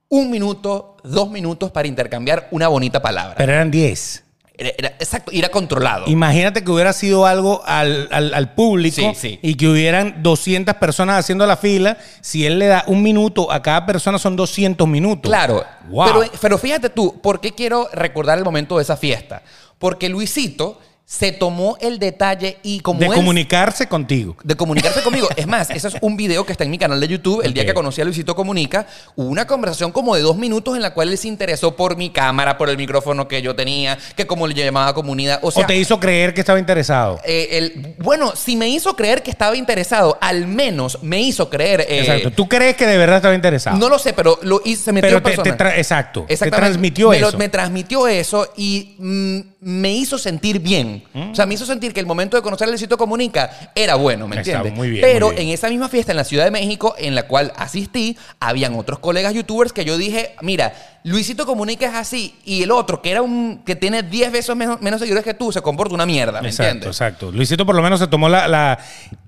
Un minuto, dos minutos para intercambiar una bonita palabra. Pero eran 10. Era, era- exacto, era controlado. Imagínate que hubiera sido algo al, al- al público Sí, sí. y que hubieran 200 personas haciendo la fila. Si él le da un minuto a cada persona, son 200 minutos. Claro. Wow. Pero, pero fíjate tú, ¿por qué quiero recordar el momento de esa fiesta? Porque Luisito se tomó el detalle y como de él- comunicarse contigo. de comunicarse conmigo. Es más, ese es un video que está en mi canal de YouTube. El día Ok. que conocí a Luisito Comunica, hubo una conversación como de dos minutos en la cual él se interesó por mi cámara, por el micrófono que yo tenía, que cómo le llamaba comunidad. O O, sea, te hizo creer que estaba interesado. eh, el, bueno, si me hizo creer que estaba interesado, al menos me hizo creer. eh, Exacto. ¿Tú crees que de verdad estaba interesado? No lo sé, pero lo hice, se metió Pero te- persona. te tra- exacto, te Exactamente. transmitió me lo- eso. me transmitió eso y mm, me hizo sentir bien. Mm. O sea, me hizo sentir que el momento de conocer el sitio comunica era bueno, ¿me Está entiendes? muy bien, pero muy bien. en esa misma fiesta en la Ciudad de México, en la cual asistí, habían otros colegas youtubers que yo dije, mira, Luisito Comunica es así y el otro, que era un que tiene 10 veces menos, menos seguidores que tú, se comporta una mierda, ¿me exacto, entiendes? exacto. Luisito por lo menos se tomó la, la-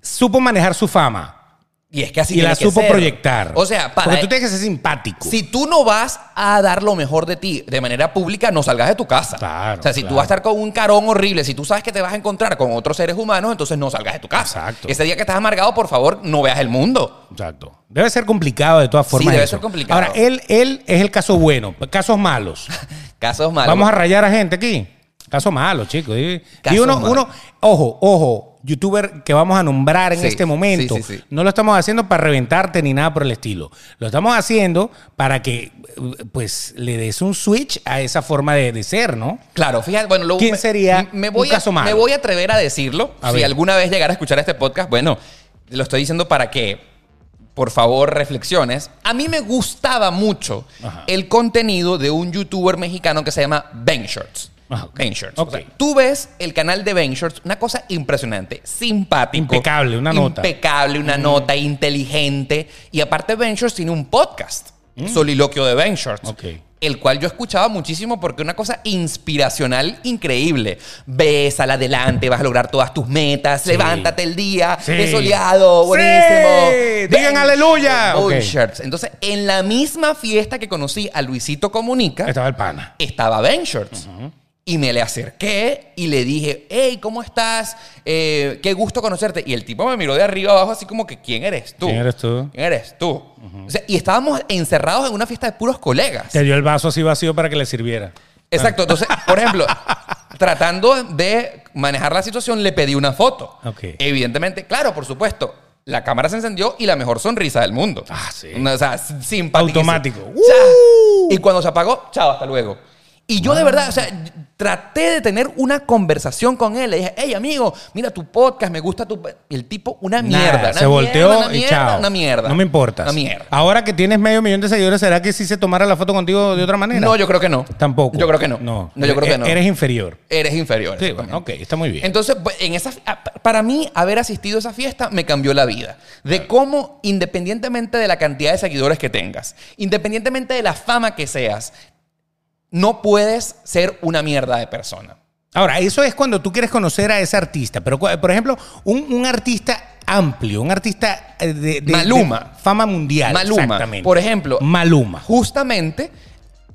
supo manejar su fama Y es que así y tiene la que supo ser. proyectar. O sea, para Porque tú tienes que ser simpático. Si tú no vas a dar lo mejor de ti de manera pública, no salgas de tu casa. Claro, o sea, si claro. tú vas a estar con un carón horrible, si tú sabes que te vas a encontrar con otros seres humanos, entonces no salgas de tu casa. Exacto. Ese día que estás amargado, por favor, no veas el mundo. Exacto. Debe ser complicado de todas formas. debe eso. ser complicado. Ahora, él, él es el caso bueno, casos malos. Casos malos. Vamos a rayar a gente aquí. Casos malos, chicos. Y, Casos y uno, malos. uno, ojo, ojo, youtuber que vamos a nombrar en Sí, este momento. sí, sí, sí. No lo estamos haciendo para reventarte ni nada por el estilo. Lo estamos haciendo para que pues le des un switch a esa forma de, de ser, ¿no? Claro, fíjate, bueno, lo- ¿Quién me- sería me un voy a, caso malo? Me voy a atrever a decirlo. A si ver. alguna vez llegara a escuchar este podcast, bueno, lo estoy diciendo para que, por favor, reflexiones. A mí me gustaba mucho Ajá. el contenido de un youtuber mexicano que se llama Ben Shorts. Ah, ok. Ben Shorts. Ok. O sea, tú ves el canal de Ben Shorts, una cosa impresionante, simpático. Impecable, una nota. Impecable, una Mm. nota, inteligente. Y aparte, Ben Shorts tiene un podcast, Soliloquio de Ben Shorts Mm. Ok. el cual yo escuchaba muchísimo porque una cosa inspiracional increíble. Ves al adelante, vas a lograr todas tus metas, levántate el día, Sí. es soleado, Sí. buenísimo. Digan Ven. aleluya. Bull Ok. shirts. Entonces, en la misma fiesta que conocí a Luisito Comunica, Estaba el pana. estaba Ben Shorts. Y me le acerqué y le dije, hey, ¿cómo estás? Eh, qué gusto conocerte. Y el tipo me miró de arriba abajo así como que, ¿quién eres tú? ¿Quién eres tú? ¿Quién eres tú? O sea, y estábamos encerrados en una fiesta de puros colegas. Te dio el vaso así vacío para que le sirviera. Exacto. Entonces, por ejemplo, tratando de manejar la situación, le pedí una foto. Ok. Evidentemente, claro, por supuesto. La cámara se encendió y la mejor sonrisa del mundo. Ah, sí. No, O sea, simpático. Automático. ¡Uh! Y cuando se apagó, chao, hasta luego. Y yo de verdad, o sea, traté de tener una conversación con él. Le dije, hey, amigo, mira tu podcast, me gusta tu... pe-". Y el tipo, una Nada, mierda. una se volteó mierda, una y mierda, chao. Una mierda. No me importas. Ah, Una mierda. Ahora que tienes medio millón de seguidores, ¿será que si se tomara la foto contigo de otra manera? No, yo creo que no. Tampoco. Yo creo que no. No, Eh, E-, yo creo que no. Eres inferior. Eres inferior. pues, Sí, exactamente. bueno, ok, está muy bien. Entonces, pues, en esa, a- para mí, haber asistido a esa fiesta me cambió la vida. De cómo, independientemente de la cantidad de seguidores que tengas, independientemente de la fama que seas, no puedes ser una mierda de persona. Ahora, eso es cuando tú quieres conocer a ese artista. Pero, cua- por ejemplo, un, un artista amplio, un artista eh, de, de- Maluma. de fama mundial. Maluma, Exactamente. por ejemplo. Maluma. Justamente,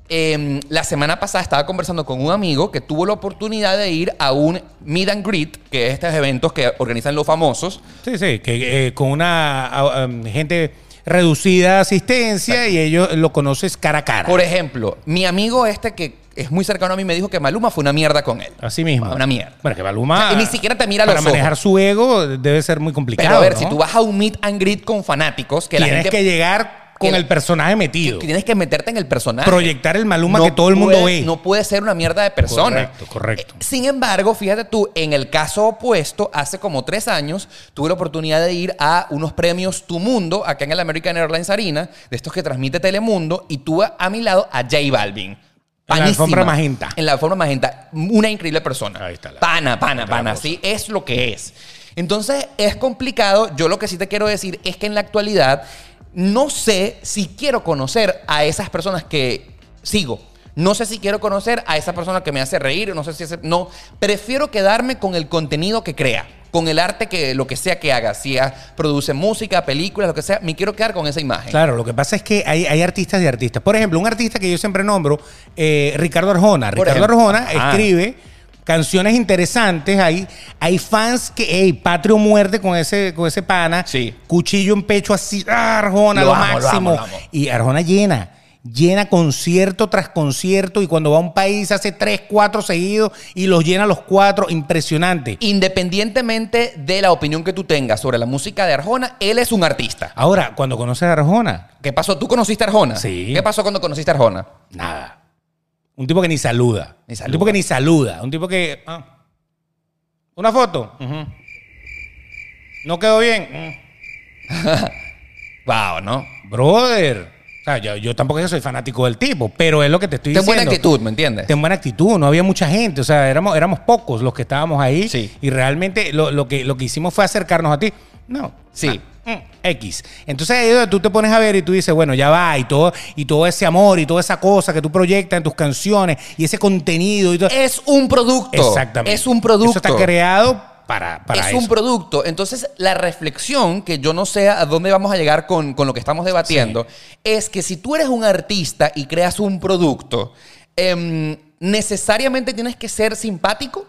eh, la semana pasada estaba conversando con un amigo que tuvo la oportunidad de ir a un meet and greet, que es estos eventos que organizan los famosos, Sí, sí, que eh, con una ah, um, gente reducida de asistencia y ellos lo conoces cara a cara. Por ejemplo, mi amigo este que es muy cercano a mí me dijo que Maluma fue una mierda con él. Así mismo. Una mierda. Bueno, que Maluma. O sea, y ni siquiera te mira a Para los manejar ojos. su ego debe ser muy Pero complicado. a ver, ¿no? si tú vas a un meet and greet con fanáticos, que la Tienes gente que llegar con que la- el personaje metido. que tienes que meterte en el personaje. proyectar el Maluma No que todo el mundo puede- ve. No puede ser una mierda de persona. Correcto, correcto. Eh, Sin embargo, fíjate tú, en el caso opuesto, hace como tres años tuve la oportunidad de ir a unos premios Tu Mundo, acá en el American Airlines Arena, de estos que transmite Telemundo, y tuve a mi lado a J Balvin. En la Panísima. alfombra magenta. En la alfombra magenta. Una increíble persona. Ahí está la- pana, pana, está la pana. cosa. Sí, es lo que es. Entonces, es complicado. Yo lo que sí te quiero decir es que en la actualidad no sé si quiero conocer a esas personas que sigo. No sé si quiero conocer a esa persona que me hace reír, no sé si ese- no prefiero quedarme con el contenido que crea, con el arte que lo que sea que haga, si ah, produce música, películas, lo que sea, me quiero quedar con esa imagen. Claro, lo que pasa es que hay, hay artistas de artistas. Por ejemplo, un artista que yo siempre nombro, eh, Ricardo Arjona. Por Ricardo ejemplo. Arjona Ah. escribe canciones interesantes. Hay, hay fans que, hey, Patrio muerde con ese, con ese pana. Sí. Cuchillo en pecho así, ¡ah, Arjona, Lo lo, amo, lo máximo. amo, lo amo. Y Arjona llena. Llena concierto tras concierto y cuando va a un país hace tres, cuatro seguidos y los llena los cuatro. Impresionante. Independientemente de la opinión que tú tengas sobre la música de Arjona, él es un artista. Ahora, cuando conoces a Arjona, ¿Qué pasó? ¿Tú conociste a Arjona? Sí. ¿Qué pasó cuando conociste a Arjona? Nada. Un tipo que ni saluda. Ni Un saluda. tipo que ni saluda. Un tipo que. ah. Una foto. Ujú. No quedó bien. Mm. Wow, ¿no? Brother. O sea, yo, yo tampoco es que soy fanático del tipo, pero es lo que te estoy Ten diciendo. buena actitud, ¿me entiendes? Ten buena actitud, no había mucha gente, o sea, éramos, éramos pocos los que estábamos ahí Sí. y realmente lo, lo que, lo que hicimos fue acercarnos a ti. No. Sí. Ah, mm, X. Entonces ahí es donde tú te pones a ver y tú dices, bueno, ya va, y todo, y todo ese amor y toda esa cosa que tú proyectas en tus canciones y ese contenido y todo. Es un producto. Exactamente. Es un producto. Eso está creado para, para es eso. un producto. Entonces, la reflexión, que yo no sé a dónde vamos a llegar con, con lo que estamos debatiendo, es que si tú eres un artista y creas un producto, em, ¿necesariamente tienes que ser simpático?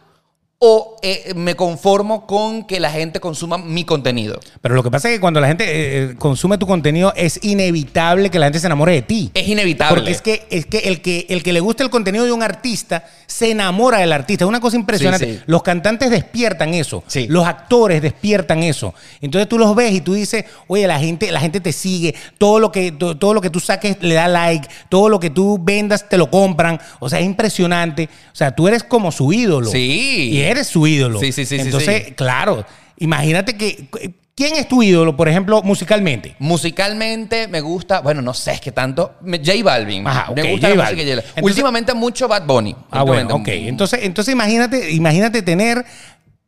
¿O eh, me conformo con que la gente consuma mi contenido? Pero lo que pasa es que cuando la gente eh, eh, consume tu contenido es inevitable que la gente se enamore de ti. Es inevitable. Porque es que, es que, el que el que le gusta el contenido de un artista se enamora del artista. Es una cosa impresionante. Sí, sí. Los cantantes despiertan eso. Sí. Los actores despiertan eso. Entonces tú los ves y tú dices, oye, la gente, la gente te sigue. Todo lo, que, to- todo lo que tú saques le da like. Todo lo que tú vendas te lo compran. O sea, es impresionante. O sea, tú eres como su ídolo. Sí. Y eres su ídolo. Sí, sí, sí, sí, Entonces, sí. claro. Imagínate que. ¿Quién es tu ídolo, por ejemplo, musicalmente? Musicalmente me gusta, bueno, no sé, es que tanto. me- J Balvin. Ajá, Ah, ok, me gusta la J Balvin. música de J Balvin. Entonces- Últimamente mucho Bad Bunny. Ah, bueno, ok. Últimamente- Entonces, entonces imagínate, imagínate tener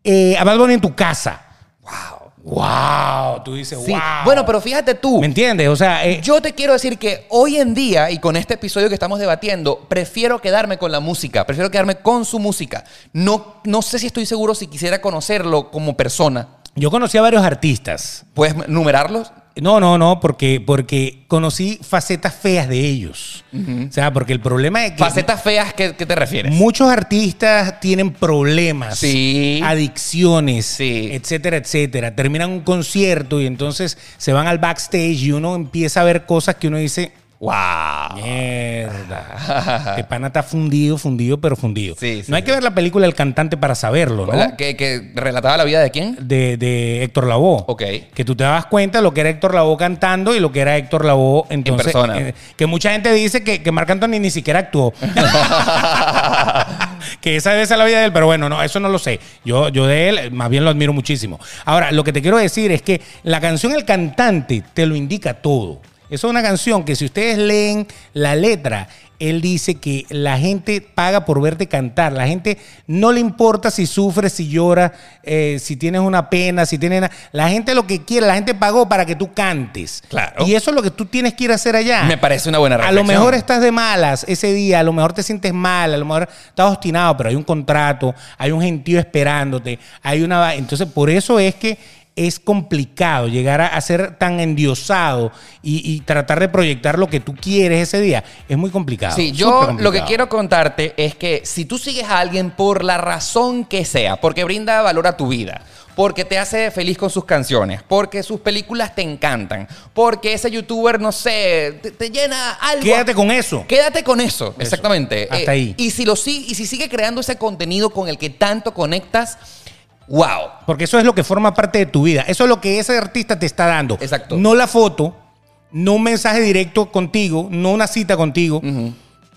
eh, a Bad Bunny en tu casa. Wow. Wow. Tú dices, Sí. wow. Bueno, pero fíjate tú. ¿Me entiendes? O sea, eh, Yo te quiero decir que hoy en día, y con este episodio que estamos debatiendo, prefiero quedarme con la música, prefiero quedarme con su música. No, no sé si estoy seguro si quisiera conocerlo como persona. yo conocí a varios artistas. ¿Puedes numerarlos? No, no, no, porque, porque conocí facetas feas de ellos. O sea, porque el problema es que Facetas feas, ¿qué, qué te refieres? muchos artistas tienen problemas, Sí. adicciones, Sí. etcétera, etcétera. Terminan un concierto y entonces se van al backstage y uno empieza a ver cosas que uno dice, ¡Wow! Mierda. Este pana está fundido, fundido, pero fundido. Sí, sí, no hay que ver la película El cantante para saberlo, ¿no? ¿Verdad? ¿Que, que relataba la vida de quién? De, de Héctor Lavoe. Ok. Que tú te dabas cuenta de lo que era Héctor Lavoe cantando y lo que era Héctor Lavoe entonces, persona. eh, que mucha gente dice que, que Marc Anthony ni siquiera actuó. que esa debe ser la vida de él, pero bueno, no, eso no lo sé. Yo, yo de él, eh, más bien lo admiro muchísimo. Ahora, lo que te quiero decir es que la canción El Cantante te lo indica todo. Esa es una canción que si ustedes leen la letra, él dice que la gente paga por verte cantar. La gente no le importa si sufres, si lloras, eh, si tienes una pena, si tienes... na- La gente lo que quiere, la gente pagó para que tú cantes. Claro. Y eso es lo que tú tienes que ir a hacer allá. Me parece una buena Ah. A reflexión. lo mejor estás de malas ese día, a lo mejor te sientes mal, a lo mejor estás obstinado, pero hay un contrato, hay un gentío esperándote, hay una... va- Entonces, por eso es que es complicado llegar a, a ser tan endiosado y, y tratar de proyectar lo que tú quieres ese día. Es muy complicado. Sí, súper yo lo que complicado. quiero contarte es que si tú sigues a alguien por la razón que sea, porque brinda valor a tu vida, porque te hace feliz con sus canciones, porque sus películas te encantan, porque ese youtuber, no sé, te, te llena algo. Quédate con eso. Quédate con eso, exactamente. Eh, Hasta ahí. Y si, lo, sig- y si sigue creando ese contenido con el que tanto conectas, wow. Porque eso es lo que forma parte de tu vida. Eso es lo que ese artista te está dando. Exacto. No la foto, no un mensaje directo contigo, no una cita contigo.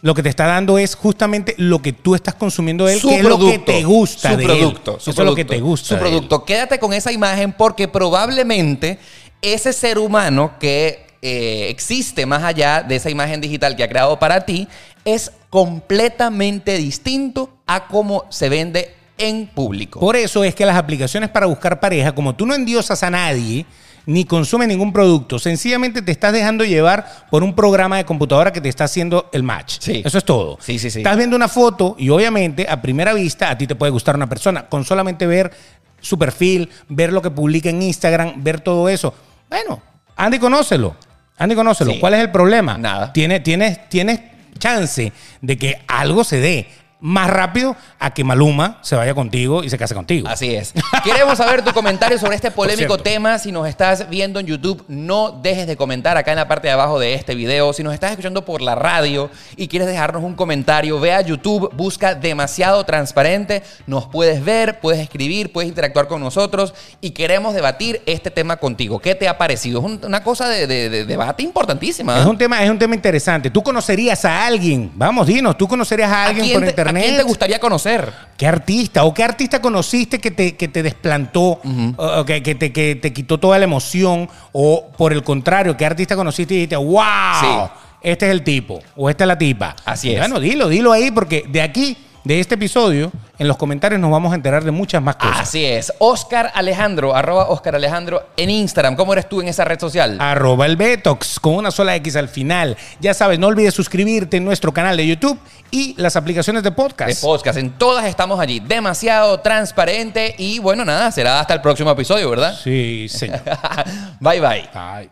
Lo que te está dando es justamente lo que tú estás consumiendo de él, Su que es lo que producto, te gusta Su de él. producto. su Eso es lo que producto, te gusta. Su de él. producto. Quédate con esa imagen porque probablemente ese ser humano que eh, existe más allá de esa imagen digital que ha creado para ti es completamente distinto a cómo se vende en público. Por eso es que las aplicaciones para buscar pareja, como tú no endiosas a nadie, ni consumes ningún producto, sencillamente te estás dejando llevar por un programa de computadora que te está haciendo el match. Sí. Eso es todo. Sí, sí, sí. Estás viendo una foto y obviamente a primera vista a ti te puede gustar una persona con solamente ver su perfil, ver lo que publica en Instagram, ver todo eso. Bueno, anda y conócelo. Anda y conócelo. Sí. ¿Cuál es el problema? Nada. Tiene- Tienes, tienes, tienes chance de que algo se dé. más rápido a que Maluma se vaya contigo y se case contigo. Así es. Queremos saber tu comentario sobre este polémico cierto. tema. Si nos estás viendo en YouTube, no dejes de comentar acá en la parte de abajo de este video. Si nos estás escuchando por la radio y quieres dejarnos un comentario, ve a YouTube, busca demasiado transparente. Nos puedes ver, puedes escribir, puedes interactuar con nosotros y queremos debatir este tema contigo. ¿Qué te ha parecido? Es un- una cosa de, de- de debate importantísima. Es un tema, es un tema interesante. Tú conocerías a alguien, vamos, dinos, tú conocerías a ¿A alguien quién por te- internet. ¿A quién te gustaría conocer? ¿Qué artista o qué artista conociste que te, que te desplantó, o que, que te, que te quitó toda la emoción? O por el contrario, ¿qué artista conociste y dijiste, wow, Sí. este es el tipo o esta es la tipa? Así es. Bueno, dilo, dilo ahí porque de aquí, de este episodio, en los comentarios nos vamos a enterar de muchas más cosas. Así es. Oscar Alejandro, arroba Oscar Alejandro en Instagram. ¿Cómo eres tú en esa red social? Arroba el Betox con una sola X al final. Ya sabes, no olvides suscribirte en nuestro canal de YouTube y las aplicaciones de podcast. De podcast. En todas estamos allí. Demasiado transparente. Y bueno, nada, será hasta el próximo episodio, ¿verdad? sí, señor. bye bye. Ay.